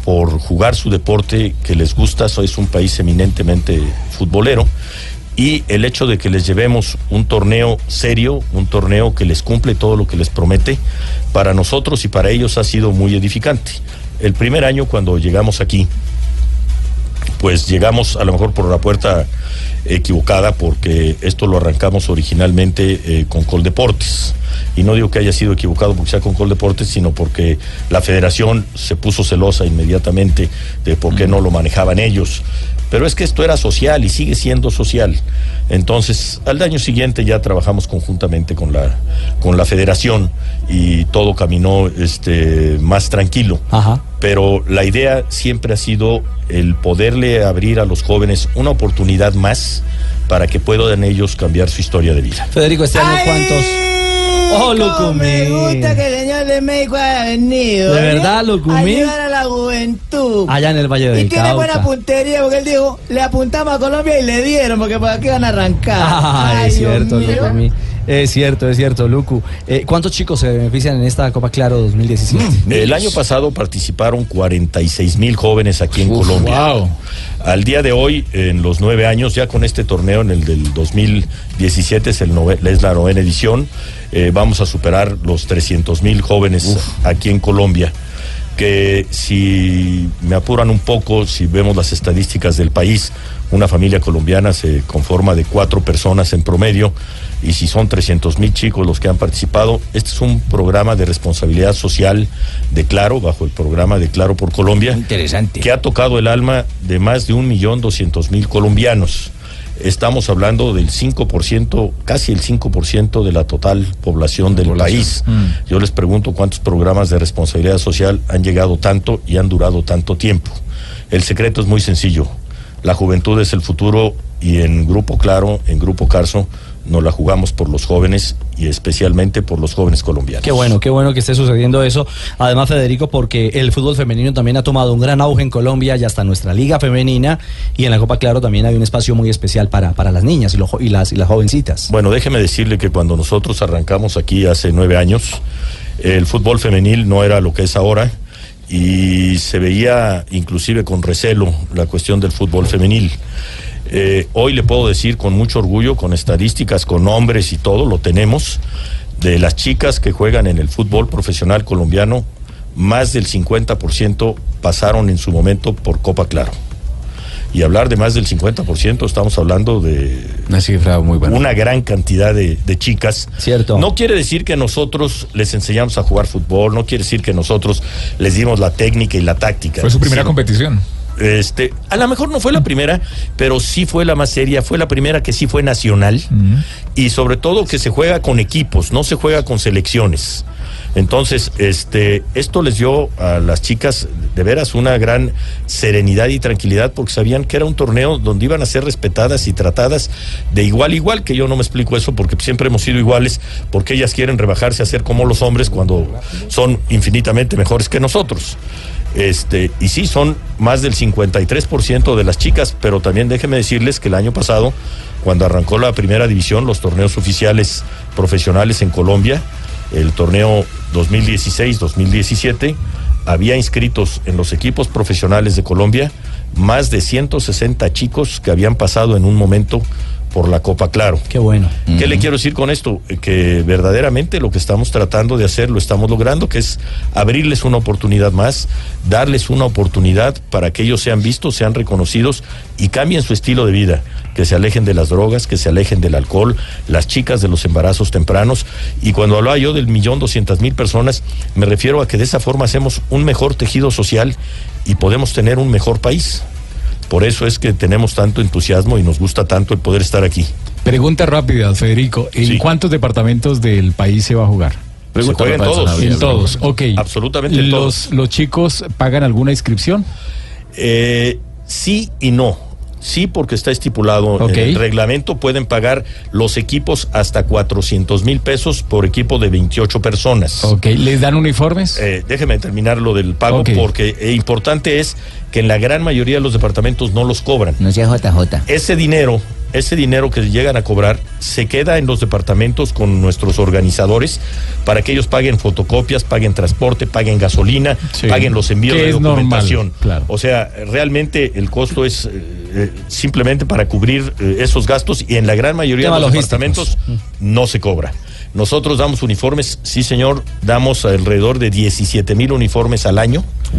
[SPEAKER 19] por jugar su deporte que les gusta. Eso Es un país eminentemente futbolero. Y el hecho de que les llevemos un torneo serio, un torneo que les cumple todo lo que les promete, para nosotros y para ellos ha sido muy edificante. El primer año cuando llegamos aquí, pues llegamos a lo mejor por la puerta equivocada porque esto lo arrancamos originalmente eh, con Coldeportes. Y no digo que haya sido equivocado porque sea con Coldeportes, sino porque la federación se puso celosa inmediatamente de por qué no lo manejaban ellos. Pero es que esto era social y sigue siendo social. Entonces, al año siguiente ya trabajamos conjuntamente con la, con la federación y todo caminó este, más tranquilo. Pero la idea siempre ha sido el poderle abrir a los jóvenes una oportunidad más para que puedan ellos cambiar su historia de vida.
[SPEAKER 6] Federico, este año cuántos. Oh,
[SPEAKER 27] Me
[SPEAKER 6] Lucumí.
[SPEAKER 27] gusta que el señor de México haya venido.
[SPEAKER 6] De
[SPEAKER 27] ¿eh?
[SPEAKER 6] verdad, Lucumí.
[SPEAKER 27] Ayudar a la juventud.
[SPEAKER 6] Allá en el Valle del
[SPEAKER 27] y tiene buena
[SPEAKER 6] Cauca.
[SPEAKER 27] puntería porque él dijo, le apuntamos a Colombia y le dieron, porque para qué van a arrancar.
[SPEAKER 6] Ah,
[SPEAKER 27] Ay,
[SPEAKER 6] es
[SPEAKER 27] Dios
[SPEAKER 6] cierto,
[SPEAKER 27] mío.
[SPEAKER 6] Lucumí. Es cierto, es cierto, Lucu. Eh, ¿Cuántos chicos se benefician en esta Copa Claro 2017?
[SPEAKER 27] Mm.
[SPEAKER 19] El año pasado participaron 46 mil jóvenes aquí en Colombia. Al día de hoy, en los nueve años, ya con este torneo, en el del 2017, es, el nove- es la novena edición, eh, vamos a superar los 300 mil jóvenes aquí en Colombia. Que si me apuran un poco, si vemos las estadísticas del país, una familia colombiana se conforma de cuatro personas en promedio y si son 300 mil chicos los que han participado, este es un programa de responsabilidad social de Claro, bajo el programa de Claro por Colombia. Interesante. Que ha tocado el alma de más de un millón doscientos mil colombianos. Estamos hablando del 5%, casi el 5% de la total población del país.
[SPEAKER 26] Mm.
[SPEAKER 19] Yo les pregunto cuántos programas de responsabilidad social han llegado tanto y han durado tanto tiempo. El secreto es muy sencillo. La juventud es el futuro y en Grupo Claro, en Grupo Carso, nos la jugamos por los jóvenes y especialmente por los jóvenes colombianos.
[SPEAKER 6] Qué bueno, qué bueno que esté sucediendo eso. Además, Federico, porque el fútbol femenino también ha tomado un gran auge en Colombia y hasta nuestra liga femenina. Y en la Copa Claro también hay un espacio muy especial para, para las niñas y, los jo- y las, y las jovencitas.
[SPEAKER 19] Bueno, déjeme decirle que cuando nosotros arrancamos aquí hace nueve años, el fútbol femenil no era lo que es ahora y se veía inclusive con recelo la cuestión del fútbol femenil. Eh, hoy le puedo decir con mucho orgullo, con estadísticas, con nombres y todo, lo tenemos, de las chicas que juegan en el fútbol profesional colombiano, más del 50% pasaron en su momento por Copa Claro. Y hablar de más del 50%, estamos hablando de
[SPEAKER 11] Una cifra muy buena.
[SPEAKER 19] una gran cantidad de, de chicas. Cierto. No quiere decir que nosotros les enseñamos a jugar fútbol, no quiere decir que nosotros les dimos la técnica y la táctica.
[SPEAKER 9] Fue su primera
[SPEAKER 19] sino-
[SPEAKER 9] competición.
[SPEAKER 19] este, a lo mejor no fue la primera, pero sí fue la más seria, fue la primera que sí fue nacional y sobre todo que se juega con equipos, no se juega con selecciones. Entonces, este, esto les dio a las chicas de veras una gran serenidad y tranquilidad porque sabían que era un torneo donde iban a ser respetadas y tratadas de igual a igual, que yo no me explico eso porque siempre hemos sido iguales, porque ellas quieren rebajarse a ser como los hombres cuando son infinitamente mejores que nosotros. Este, y sí, son más del 53% de las chicas, pero también déjenme decirles que el año pasado, cuando arrancó la primera división, los torneos oficiales profesionales en Colombia, el torneo 2016-2017, había inscritos en los equipos profesionales de Colombia más de 160 chicos que habían pasado en un momento por la Copa Claro.
[SPEAKER 6] Qué bueno.
[SPEAKER 19] ¿Qué le quiero decir con esto? Eh, Que verdaderamente lo que estamos tratando de hacer lo estamos logrando, que es abrirles una oportunidad más, darles una oportunidad para que ellos sean vistos, sean reconocidos y cambien su estilo de vida, que se alejen de las drogas, que se alejen del alcohol, las chicas de los embarazos tempranos. Y cuando hablaba yo del millón doscientas mil personas, me refiero a que de esa forma hacemos un mejor tejido social y podemos tener un mejor país. Por eso es que tenemos tanto entusiasmo y nos gusta tanto el poder estar aquí.
[SPEAKER 12] Pregunta rápida, Federico. ¿En cuántos departamentos del país se va a jugar?
[SPEAKER 19] Se juega en todos.
[SPEAKER 12] En todos, ok.
[SPEAKER 19] Absolutamente en todos.
[SPEAKER 12] ¿Los, ¿Los chicos pagan alguna inscripción?
[SPEAKER 19] Eh, sí y no. Sí, porque está estipulado
[SPEAKER 12] Ok.
[SPEAKER 19] en el reglamento, pueden pagar los equipos hasta 400 mil pesos por equipo de 28 personas.
[SPEAKER 12] Ok. ¿Les dan uniformes?
[SPEAKER 19] Eh, déjeme terminar lo del pago,
[SPEAKER 12] Ok.
[SPEAKER 19] porque eh, importante es que en la gran mayoría de los departamentos no los cobran.
[SPEAKER 8] No sea JJ.
[SPEAKER 19] Ese dinero, ese dinero que llegan a cobrar, se queda en los departamentos con nuestros organizadores para que ellos paguen fotocopias, paguen transporte, paguen gasolina, paguen los envíos
[SPEAKER 12] Que
[SPEAKER 19] de
[SPEAKER 12] es normal,
[SPEAKER 19] documentación.
[SPEAKER 12] claro.
[SPEAKER 19] O sea, realmente el costo es eh, eh, simplemente para cubrir eh, esos gastos y en la gran mayoría
[SPEAKER 6] Tema
[SPEAKER 19] de los
[SPEAKER 6] logísticos.
[SPEAKER 19] departamentos no se cobra. Nosotros damos uniformes, sí señor, damos alrededor de 17 mil uniformes al año. ¿Eh?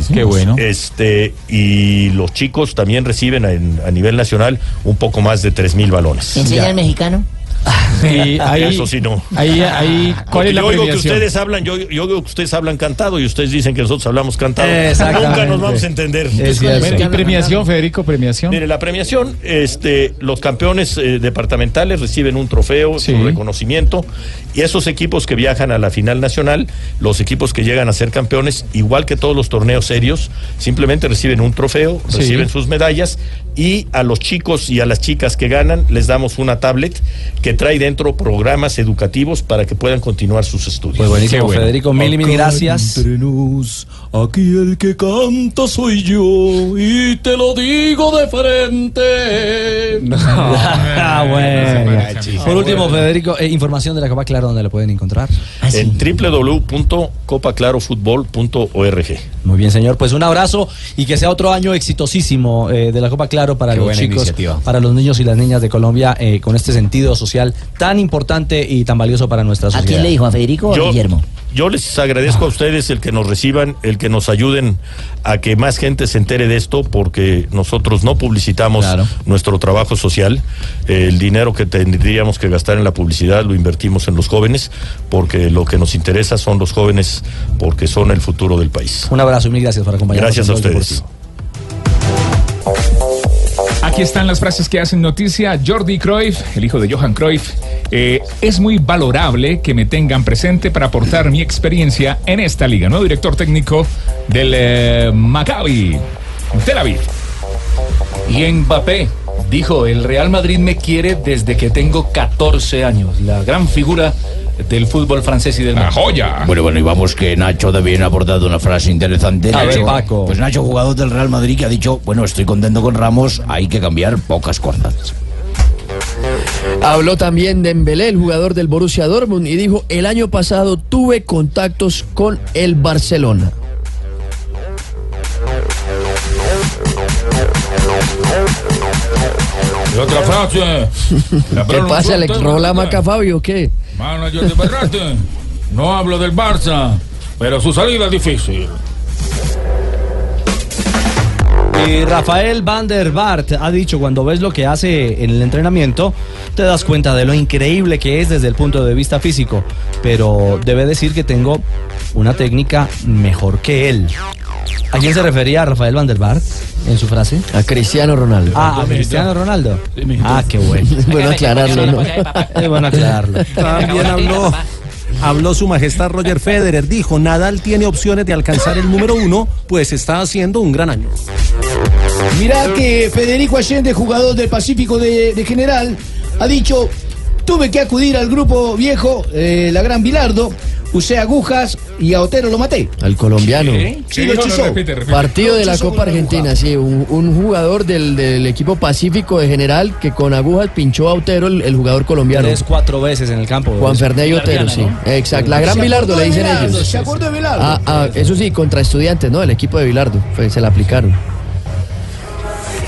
[SPEAKER 12] Sí, qué bueno.
[SPEAKER 19] Este, y los chicos también reciben en- a nivel nacional un poco más de 3 mil balones.
[SPEAKER 8] ¿Enseña al mexicano?
[SPEAKER 12] Y ahí-
[SPEAKER 19] Eso sí no.
[SPEAKER 12] ahí- ahí, ¿cuál
[SPEAKER 19] Porque
[SPEAKER 12] es la
[SPEAKER 19] yo oigo que
[SPEAKER 12] premiación?
[SPEAKER 19] ustedes hablan, yo, yo oigo que ustedes hablan cantado y ustedes dicen que nosotros hablamos cantado.
[SPEAKER 12] Exactamente.
[SPEAKER 19] Nunca nos vamos a entender.
[SPEAKER 12] Bueno, ¿Y premiación, Federico? ¿Premiación?
[SPEAKER 19] Mire, la premiación, este, los campeones eh, departamentales reciben un trofeo, su reconocimiento, y esos equipos que viajan a la final nacional, los equipos que llegan a ser campeones, igual que todos los torneos serios, simplemente reciben un trofeo,
[SPEAKER 12] Sí.
[SPEAKER 19] reciben sus medallas, y a los chicos y a las chicas que ganan les damos una tablet que trae dentro programas educativos para que puedan continuar sus estudios.
[SPEAKER 6] Pues buenísimo, Federico. Mil y mil gracias.
[SPEAKER 24] Aquí el que canta soy yo y te lo digo de frente.
[SPEAKER 6] Ah, bueno. Por último, Federico, eh, información de la Copa Claro, donde la pueden encontrar?
[SPEAKER 19] En www.copaclarofutbol.org.
[SPEAKER 6] Muy bien, señor. Pues un abrazo y que sea otro año exitosísimo eh, de la Copa Claro para
[SPEAKER 7] Qué
[SPEAKER 6] los
[SPEAKER 7] buena
[SPEAKER 6] chicos,
[SPEAKER 7] iniciativa.
[SPEAKER 6] para los niños y las niñas de Colombia eh, con este sentido social tan importante y tan valioso para nuestra sociedad.
[SPEAKER 19] quién le dijo,
[SPEAKER 8] a Federico
[SPEAKER 19] Yo, yo les agradezco a ustedes el que nos reciban, el que nos ayuden a que más gente se entere de esto, porque nosotros no publicitamos nuestro trabajo social. El dinero que tendríamos que gastar en la publicidad lo invertimos en los jóvenes, porque lo que nos interesa son los jóvenes, porque son el futuro del país.
[SPEAKER 6] Un abrazo y mil gracias por acompañarnos.
[SPEAKER 19] Gracias
[SPEAKER 6] en
[SPEAKER 19] a
[SPEAKER 6] Blog
[SPEAKER 19] ustedes.
[SPEAKER 9] Aquí están las frases que hacen noticia. Jordi Cruyff, el hijo de Johan Cruyff, eh, es muy valorable que me tengan presente para aportar mi experiencia en esta liga. Nuevo director técnico del eh, Maccabi Tel Aviv.
[SPEAKER 7] Y Mbappé dijo, el Real Madrid me quiere desde que tengo 14 años. La gran figura del fútbol francés y del... La
[SPEAKER 9] joya.
[SPEAKER 23] Bueno, bueno, y vamos que Nacho también ha aportado una frase interesante.
[SPEAKER 7] A ver,
[SPEAKER 23] Nacho,
[SPEAKER 7] Paco.
[SPEAKER 23] Pues Nacho, jugador del Real Madrid, que ha dicho, bueno, estoy contento con Ramos, hay que cambiar pocas cosas.
[SPEAKER 10] Habló también Dembélé, el jugador del Borussia Dortmund, y dijo, el año pasado tuve contactos con el Barcelona.
[SPEAKER 25] Y otra frase. La
[SPEAKER 10] ¿Qué
[SPEAKER 25] Bruno
[SPEAKER 10] pasa? ¿Le
[SPEAKER 25] Fuentes,
[SPEAKER 10] robó la maca a Fabio o qué?
[SPEAKER 25] Manager de Berrate. No hablo del Barça, pero su salida es difícil.
[SPEAKER 6] Y Rafael Van der Bart ha dicho, cuando ves lo que hace en el entrenamiento, te das cuenta de lo increíble que es desde el punto de vista físico, pero debe decir que tengo una técnica mejor que él. ¿A quién se refería Rafael Van der Bart en su frase?
[SPEAKER 10] A Cristiano Ronaldo.
[SPEAKER 6] Ah, a Cristiano Ronaldo. Ah, qué bueno.
[SPEAKER 10] Bueno, aclararlo, ¿no?
[SPEAKER 6] Es bueno aclararlo.
[SPEAKER 16] También habló, habló su majestad Roger Federer. Dijo, Nadal tiene opciones de alcanzar el número uno, pues está haciendo un gran año.
[SPEAKER 27] Mirá que Federico Allende, jugador del Pacífico de, de General, ha dicho, tuve que acudir al grupo viejo, eh, la Gran Bilardo, usé agujas y a Otero lo maté.
[SPEAKER 10] Al colombiano.
[SPEAKER 27] ¿Qué? Sí, lo
[SPEAKER 10] Partido
[SPEAKER 27] chuzó. Repite, repite.
[SPEAKER 10] Partido de
[SPEAKER 27] Lo
[SPEAKER 10] la
[SPEAKER 27] chuzó
[SPEAKER 10] Copa
[SPEAKER 27] con una
[SPEAKER 10] Argentina, sí. Un, un jugador del, del equipo pacífico de general que con agujas pinchó a Otero, el, el jugador colombiano.
[SPEAKER 6] Tres, cuatro veces en el campo.
[SPEAKER 10] Juan Fernández Otero, sí. Exacto. La gran
[SPEAKER 27] Se
[SPEAKER 10] Bilardo
[SPEAKER 27] acordó
[SPEAKER 10] le
[SPEAKER 27] de
[SPEAKER 10] dicen
[SPEAKER 27] Bilardo,
[SPEAKER 10] ellos.
[SPEAKER 27] Se acordó de Bilardo.
[SPEAKER 10] Ah, ah, eso sí, contra estudiantes, ¿no? El equipo de Bilardo. Fue- se la aplicaron.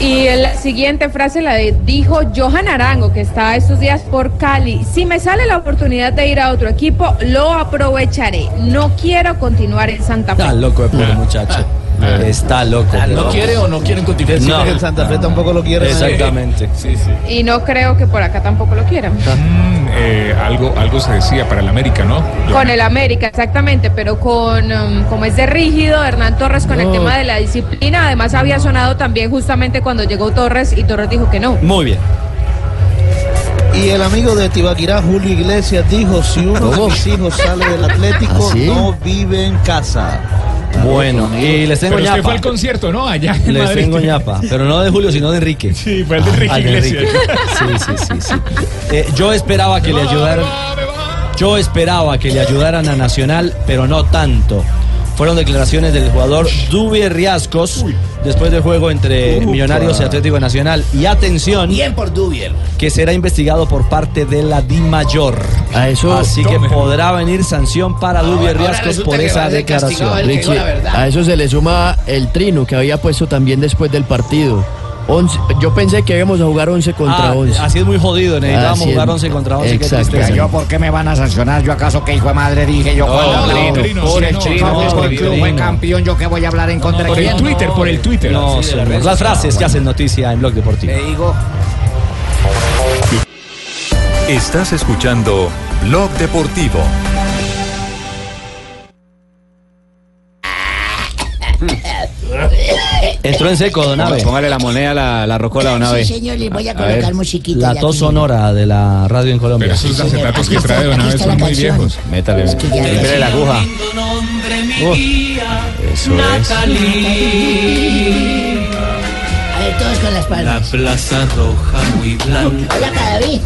[SPEAKER 15] Y la siguiente frase la de- dijo Johan Arango, que está estos días por Cali. Si me sale la oportunidad de ir a otro equipo, lo aprovecharé. No quiero continuar en Santa Fe.
[SPEAKER 6] Está loco de puro muchacho. Está loco.
[SPEAKER 7] Ah, ¿No quiere o no quieren continuar?
[SPEAKER 6] No.
[SPEAKER 13] En Santa Fe tampoco lo quiere.
[SPEAKER 6] Exactamente.
[SPEAKER 7] Sí, sí.
[SPEAKER 15] Y no creo que por acá tampoco lo quieran.
[SPEAKER 9] Mm, eh, algo, algo se decía para el América, ¿no?
[SPEAKER 15] Con el América, exactamente, pero con, um, como es de rígido, Hernán Torres con el
[SPEAKER 9] No.
[SPEAKER 15] tema de la disciplina, además había sonado también justamente cuando llegó Torres y Torres dijo que no.
[SPEAKER 6] Muy bien.
[SPEAKER 13] Y el amigo de Tibaquirá, Julio Iglesias, dijo, si uno de mis hijos sale del Atlético,
[SPEAKER 6] ¿Ah, sí?
[SPEAKER 13] no vive en casa.
[SPEAKER 6] Bueno, y les tengo
[SPEAKER 9] Pero usted fue
[SPEAKER 6] ñapa.
[SPEAKER 9] al concierto, ¿no? Allá en
[SPEAKER 6] Les
[SPEAKER 9] Madrid.
[SPEAKER 6] tengo ñapa, pero no de Julio, sino de Enrique. Sí, fue el de
[SPEAKER 9] Enrique Iglesias.
[SPEAKER 6] Sí, sí, sí. sí. Eh, yo esperaba que le ayudaran. Yo esperaba que le ayudaran a Nacional, pero no tanto. Fueron declaraciones del jugador Dubi Riascos después del juego entre
[SPEAKER 24] Upa.
[SPEAKER 6] Millonarios y Atlético Nacional. Y atención, que será investigado por parte de la DIMAYOR. Así que podrá venir sanción para Dubi Riascos por esa declaración.
[SPEAKER 10] Richie, a eso se le suma el trino que había puesto también después del partido. Once- yo pensé que íbamos a jugar 11 contra
[SPEAKER 6] Ah,
[SPEAKER 10] 11.
[SPEAKER 6] así es muy jodido, necesitábamos
[SPEAKER 10] Así es.
[SPEAKER 6] jugar 11 contra 11. qué
[SPEAKER 10] Exacto.
[SPEAKER 6] tristeza.
[SPEAKER 10] Yo,
[SPEAKER 20] ¿Por qué me van a sancionar? ¿Yo acaso que hijo de madre dije yo?
[SPEAKER 6] No,
[SPEAKER 20] cuando
[SPEAKER 6] no,
[SPEAKER 20] hablé?
[SPEAKER 6] Trino,
[SPEAKER 20] por el
[SPEAKER 6] no,
[SPEAKER 20] Trino,
[SPEAKER 6] no,
[SPEAKER 20] por el club
[SPEAKER 6] Trino.
[SPEAKER 20] fue campeón, ¿yo qué voy a hablar en contra de
[SPEAKER 6] por el
[SPEAKER 20] quién?
[SPEAKER 6] Twitter, por el Twitter. No,
[SPEAKER 20] Sí, de
[SPEAKER 6] señor.
[SPEAKER 20] las redes
[SPEAKER 6] las
[SPEAKER 20] sociales.
[SPEAKER 6] frases que hacen noticia en Blog Deportivo.
[SPEAKER 20] Te digo,
[SPEAKER 1] Estás escuchando Blog Deportivo.
[SPEAKER 6] Entró en seco, don Abe.
[SPEAKER 11] Póngale la moneda a la, la rocola, don Abe.
[SPEAKER 14] Sí, señor, les voy a
[SPEAKER 11] A ver.
[SPEAKER 14] colocar musiquita.
[SPEAKER 6] La
[SPEAKER 14] ya
[SPEAKER 6] tos
[SPEAKER 14] que-
[SPEAKER 6] sonora de la radio en Colombia.
[SPEAKER 11] Pero esos Sí, acetatos señor. que Aquí trae, está- don aquí Abe, está la son muy canción. viejos.
[SPEAKER 6] Métale.
[SPEAKER 11] Es que ya- Métale la aguja. Eso es.
[SPEAKER 14] Natalie. A ver, todos con las palmas.
[SPEAKER 21] plaza roja muy blanca,
[SPEAKER 14] Hola, para David.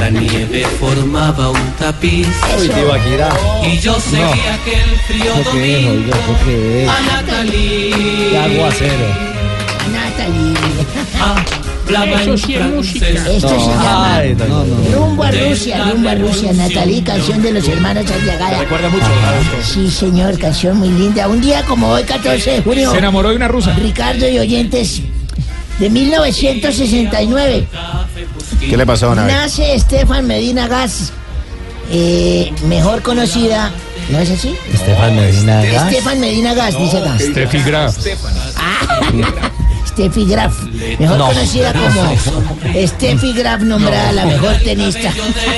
[SPEAKER 21] la nieve formaba un tapiz.
[SPEAKER 14] Uy, tío, aquí
[SPEAKER 21] Y yo seguí aquel frío domingo
[SPEAKER 6] Eh.
[SPEAKER 21] a Natalie.
[SPEAKER 6] Ah,
[SPEAKER 21] Hablaba en francés.
[SPEAKER 14] Esto se llama
[SPEAKER 21] Ay,
[SPEAKER 14] Rumbo a Rusia, rumbo a Rusia, Natalí, canción de los hermanos Arriagada.
[SPEAKER 25] Recuerda mucho.
[SPEAKER 14] Sí, señor, canción muy linda. Un día como hoy, 14 de junio.
[SPEAKER 25] Se enamoró de una rusa.
[SPEAKER 14] Ricardo y oyentes, de 1969.
[SPEAKER 22] ¿Qué le pasó a Don Abe?
[SPEAKER 14] Nace Estefan Medina Gas, eh, mejor conocida, ¿no es así?
[SPEAKER 6] Estefan Medina Gas.
[SPEAKER 14] Estefan Medina Gas, dice Gas. Ah,
[SPEAKER 6] Steffi Graf.
[SPEAKER 14] Steffi Graf, mejor
[SPEAKER 6] No.
[SPEAKER 14] conocida como Steffi Graf, nombrada la mejor tenista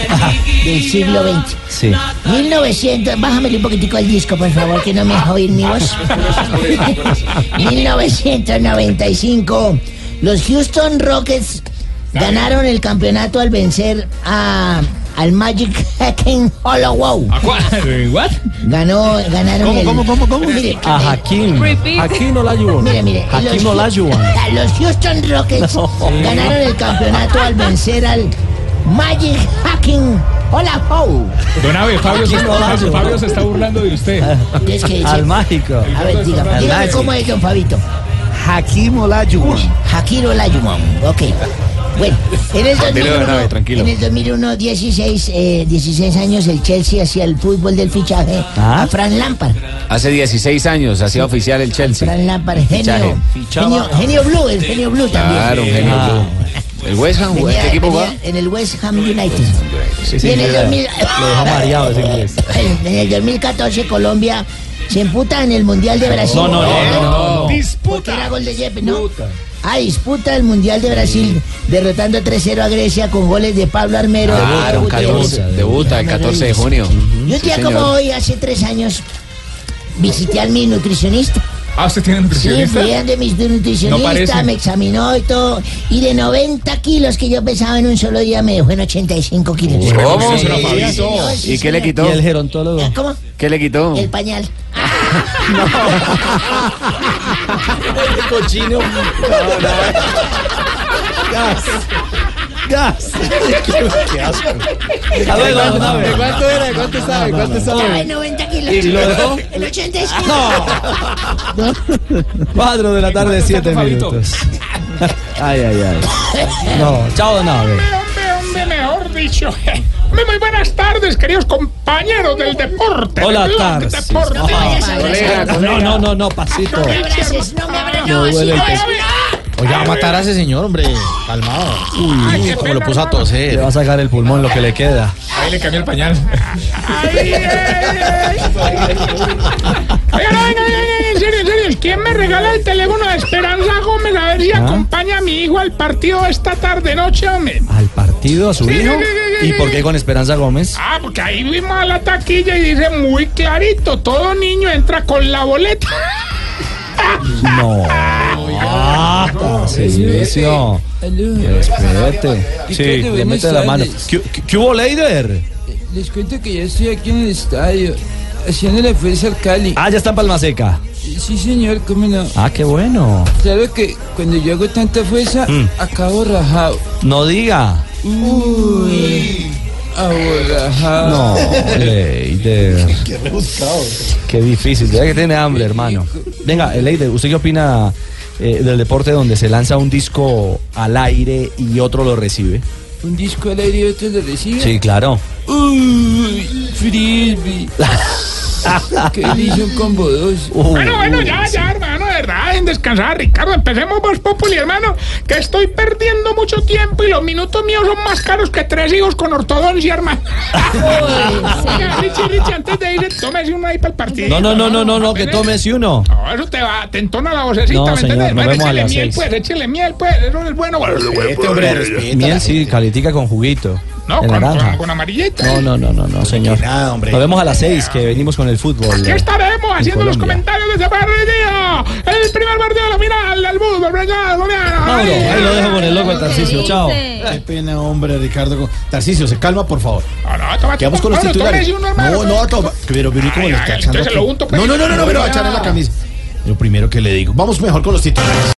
[SPEAKER 14] del siglo XX.
[SPEAKER 6] Sí.
[SPEAKER 14] 1900, bájamele un poquitico el disco, por favor, que no me deja oír mi voz. 1995, los Houston Rockets ganaron el campeonato al vencer a, al Magic Hacking Hollow.
[SPEAKER 25] ¿A cuál? ¿What?
[SPEAKER 14] Ganó, ganaron
[SPEAKER 6] ¿Cómo,
[SPEAKER 14] el...
[SPEAKER 6] cómo, cómo, cómo?
[SPEAKER 14] Mire,
[SPEAKER 6] A Hakim. Hakim Olajuwon.
[SPEAKER 14] Mire, mire,
[SPEAKER 6] Hakim
[SPEAKER 14] los-
[SPEAKER 6] Olajuwon.
[SPEAKER 14] Los Houston Rockets
[SPEAKER 6] No.
[SPEAKER 14] ganaron el campeonato al vencer al Magic Hacking. Hola, Pau.
[SPEAKER 9] Don Abe, Fabio se, está, Fabio se está burlando de usted.
[SPEAKER 14] Es que-
[SPEAKER 6] Al mágico.
[SPEAKER 14] A ver, dígame,
[SPEAKER 6] Al
[SPEAKER 14] dígame
[SPEAKER 6] Magic.
[SPEAKER 14] cómo es, don Fabito. Hakim Olajuwon. Hakim Olajuwon, ok. Bueno, en el
[SPEAKER 25] Tranquilo,
[SPEAKER 14] 2001,
[SPEAKER 25] Bernabé, tranquilo.
[SPEAKER 14] en el 2001 16, eh, 16 años, el Chelsea hacía el fútbol del fichaje
[SPEAKER 11] Ah.
[SPEAKER 14] a Fran Lampard.
[SPEAKER 11] Hace 16 años hacía oficial el Chelsea.
[SPEAKER 14] Fran Lampard,
[SPEAKER 11] Fichaje.
[SPEAKER 14] genio. Genio, genio Blue, el genio Blue también.
[SPEAKER 11] Claro, un genio.
[SPEAKER 14] Ah.
[SPEAKER 11] Blue. El West Ham,
[SPEAKER 14] Venía-
[SPEAKER 11] ¿qué equipo
[SPEAKER 14] venía
[SPEAKER 11] va?
[SPEAKER 14] En el West Ham United.
[SPEAKER 11] Sí, sí,
[SPEAKER 14] Y en el
[SPEAKER 11] era-
[SPEAKER 14] 2000
[SPEAKER 11] lo dejó mareado ese inglés.
[SPEAKER 14] En el 2014 Colombia se emputa en el Mundial de Brasil.
[SPEAKER 6] No, no, no, no, no.
[SPEAKER 14] Disputa. Era gol de Yepes, ¿no? Ah, disputa el Mundial de Brasil, derrotando 3-0 a Grecia con goles de Pablo Armero.
[SPEAKER 11] Claro,
[SPEAKER 14] Raúl Díaz.
[SPEAKER 11] debuta, debuta el 14 de junio.
[SPEAKER 14] Y un día
[SPEAKER 11] Sí,
[SPEAKER 14] como
[SPEAKER 11] señor.
[SPEAKER 14] hoy, hace tres años, visité a mi nutricionista.
[SPEAKER 9] Ah, ¿usted tiene
[SPEAKER 14] Sí,
[SPEAKER 9] nutricionista?
[SPEAKER 14] fui donde mi
[SPEAKER 9] No
[SPEAKER 14] nutricionista,
[SPEAKER 9] parece.
[SPEAKER 14] me examinó y todo. Y de 90 kilos que yo pesaba en un solo día, me dejó en 85 kilos.
[SPEAKER 11] ¿Cómo?
[SPEAKER 14] Sí,
[SPEAKER 11] ¿Y-
[SPEAKER 14] señor, sí,
[SPEAKER 11] ¿Y qué le
[SPEAKER 14] señor.
[SPEAKER 11] quitó?
[SPEAKER 6] gerontólogo.
[SPEAKER 14] ¿Cómo?
[SPEAKER 11] ¿Qué le quitó?
[SPEAKER 14] El pañal.
[SPEAKER 6] cochino.
[SPEAKER 14] Gas. Gas.
[SPEAKER 6] Qué asco.
[SPEAKER 14] A ver, don Abe.
[SPEAKER 6] ¿De cuánto era? ¿De cuánto sabe? ¿Cuánto sabe?
[SPEAKER 14] Estaba en 90 kilos.
[SPEAKER 6] ¿Y lo dejó?
[SPEAKER 14] En 85.
[SPEAKER 6] Cuatro de la tarde, siete minutos. Ay, ay, ay. No, chao, don Abe.
[SPEAKER 26] Hombre, hombre, mejor dicho. Hombre, Muy buenas tardes, queridos compañeros del deporte.
[SPEAKER 6] Hola,
[SPEAKER 26] del blog
[SPEAKER 6] Tarsis.
[SPEAKER 26] deporte.
[SPEAKER 6] No, colega, colega. No, no, no, pasito.
[SPEAKER 14] abraces, no me abraces.
[SPEAKER 6] Me duele el pecho.
[SPEAKER 26] Oye, va a matar
[SPEAKER 6] a ese señor, hombre. Calmado.
[SPEAKER 26] Ay,
[SPEAKER 6] Uy,
[SPEAKER 26] qué
[SPEAKER 6] como
[SPEAKER 26] pena,
[SPEAKER 6] lo puso a toser. Le va a sacar el pulmón lo que le queda.
[SPEAKER 9] Ahí le cambió el pañal.
[SPEAKER 26] Ay, ay, ay. Oiga, no, venga, venga, venga, en serio, en serio. ¿Quién me regala el teléfono de Esperanza Gómez? A
[SPEAKER 6] Ah.
[SPEAKER 26] ver si acompaña a mi hijo al partido esta tarde noche, hombre.
[SPEAKER 6] Al partido, a su
[SPEAKER 26] Sí,
[SPEAKER 6] hijo.
[SPEAKER 26] sí, sí, sí,
[SPEAKER 6] ¿Y
[SPEAKER 26] sí,
[SPEAKER 6] por
[SPEAKER 26] sí.
[SPEAKER 6] qué con Esperanza Gómez?
[SPEAKER 26] Ah, porque ahí vimos a la taquilla y dice muy clarito, todo niño entra con la boleta.
[SPEAKER 6] No. Ah, servicio. Respete. Sí, le mete la mano. ¿Qué, qué- qué hubo, Leider?
[SPEAKER 29] Les cuento que ya estoy aquí en el estadio, haciendo la fuerza al Cali.
[SPEAKER 6] Ah, ya está en Palma Seca.
[SPEAKER 29] Sí, señor, cómo no.
[SPEAKER 6] Ah, qué bueno.
[SPEAKER 29] Claro que cuando yo hago tanta fuerza,
[SPEAKER 6] Mm.
[SPEAKER 29] acabo rajado.
[SPEAKER 6] No diga.
[SPEAKER 29] Uy, Ah, aborrajado.
[SPEAKER 6] No, Leider. Qué rebuscado. Qué difícil. Ya que tiene hambre, hermano. Venga, eh, Leider, ¿usted qué opina eh, del deporte donde se lanza un disco al aire y otro lo recibe?
[SPEAKER 29] Un disco al aire y otro lo recibe.
[SPEAKER 6] Sí, claro.
[SPEAKER 29] Uy, frisbee. que le hizo un combo dos.
[SPEAKER 6] Uh.
[SPEAKER 26] Bueno, Ah, bueno, ya, ya, hermano, de verdad, dejen descansar, Ricardo. Empecemos Voz Populi, hermano, que estoy perdiendo mucho tiempo y los minutos míos son más caros que tres hijos con ortodoncia, hermano. Oiga, Richie, Richie, antes antes de ir, tómese uno ahí para el partido.
[SPEAKER 6] No, no, no, no, no, no, que
[SPEAKER 26] apenas-
[SPEAKER 6] tomes uno.
[SPEAKER 26] No, eso te va, te entona la vocecita,
[SPEAKER 6] No,
[SPEAKER 26] ¿me
[SPEAKER 6] señor,
[SPEAKER 26] entiendes?
[SPEAKER 6] nos
[SPEAKER 26] Bueno,
[SPEAKER 6] vemos a
[SPEAKER 26] échele
[SPEAKER 6] las
[SPEAKER 26] miel,
[SPEAKER 6] seis.
[SPEAKER 26] pues, échele miel, pues, eso es bueno. bueno,
[SPEAKER 6] Este hombre respeta. Miel sí, calitica con juguito.
[SPEAKER 26] No,
[SPEAKER 6] de
[SPEAKER 26] con,
[SPEAKER 6] naranja.
[SPEAKER 26] con, con amarillita.
[SPEAKER 6] No, no, no, no, no, señor.
[SPEAKER 26] nada, hombre.
[SPEAKER 6] Nos vemos a las seis que venimos con el fútbol.
[SPEAKER 26] Aquí estaremos
[SPEAKER 6] en
[SPEAKER 26] haciendo los
[SPEAKER 6] Colombia.
[SPEAKER 26] comentarios de ese partido. El primer partido de la final del fútbol, brasileño, colombiano.
[SPEAKER 6] Mauro, ahí lo dejo con el loco Tarcicio. Chao.
[SPEAKER 21] Qué pena, hombre, Ricardo. Tarcicio, se calma, por favor.
[SPEAKER 26] tómate,
[SPEAKER 21] Quedamos con los
[SPEAKER 26] Pablo,
[SPEAKER 21] titulares.
[SPEAKER 26] tómese uno, hermano,
[SPEAKER 21] No, no, toma. Pero viene como
[SPEAKER 26] Ay,
[SPEAKER 21] lo
[SPEAKER 26] ay,
[SPEAKER 21] está echando.
[SPEAKER 26] entonces lo
[SPEAKER 21] aquí.
[SPEAKER 26] unto, pues.
[SPEAKER 21] No, no, no, no, no, pero va a echar en la camisa. Lo primero que le digo. Vamos mejor con los titulares.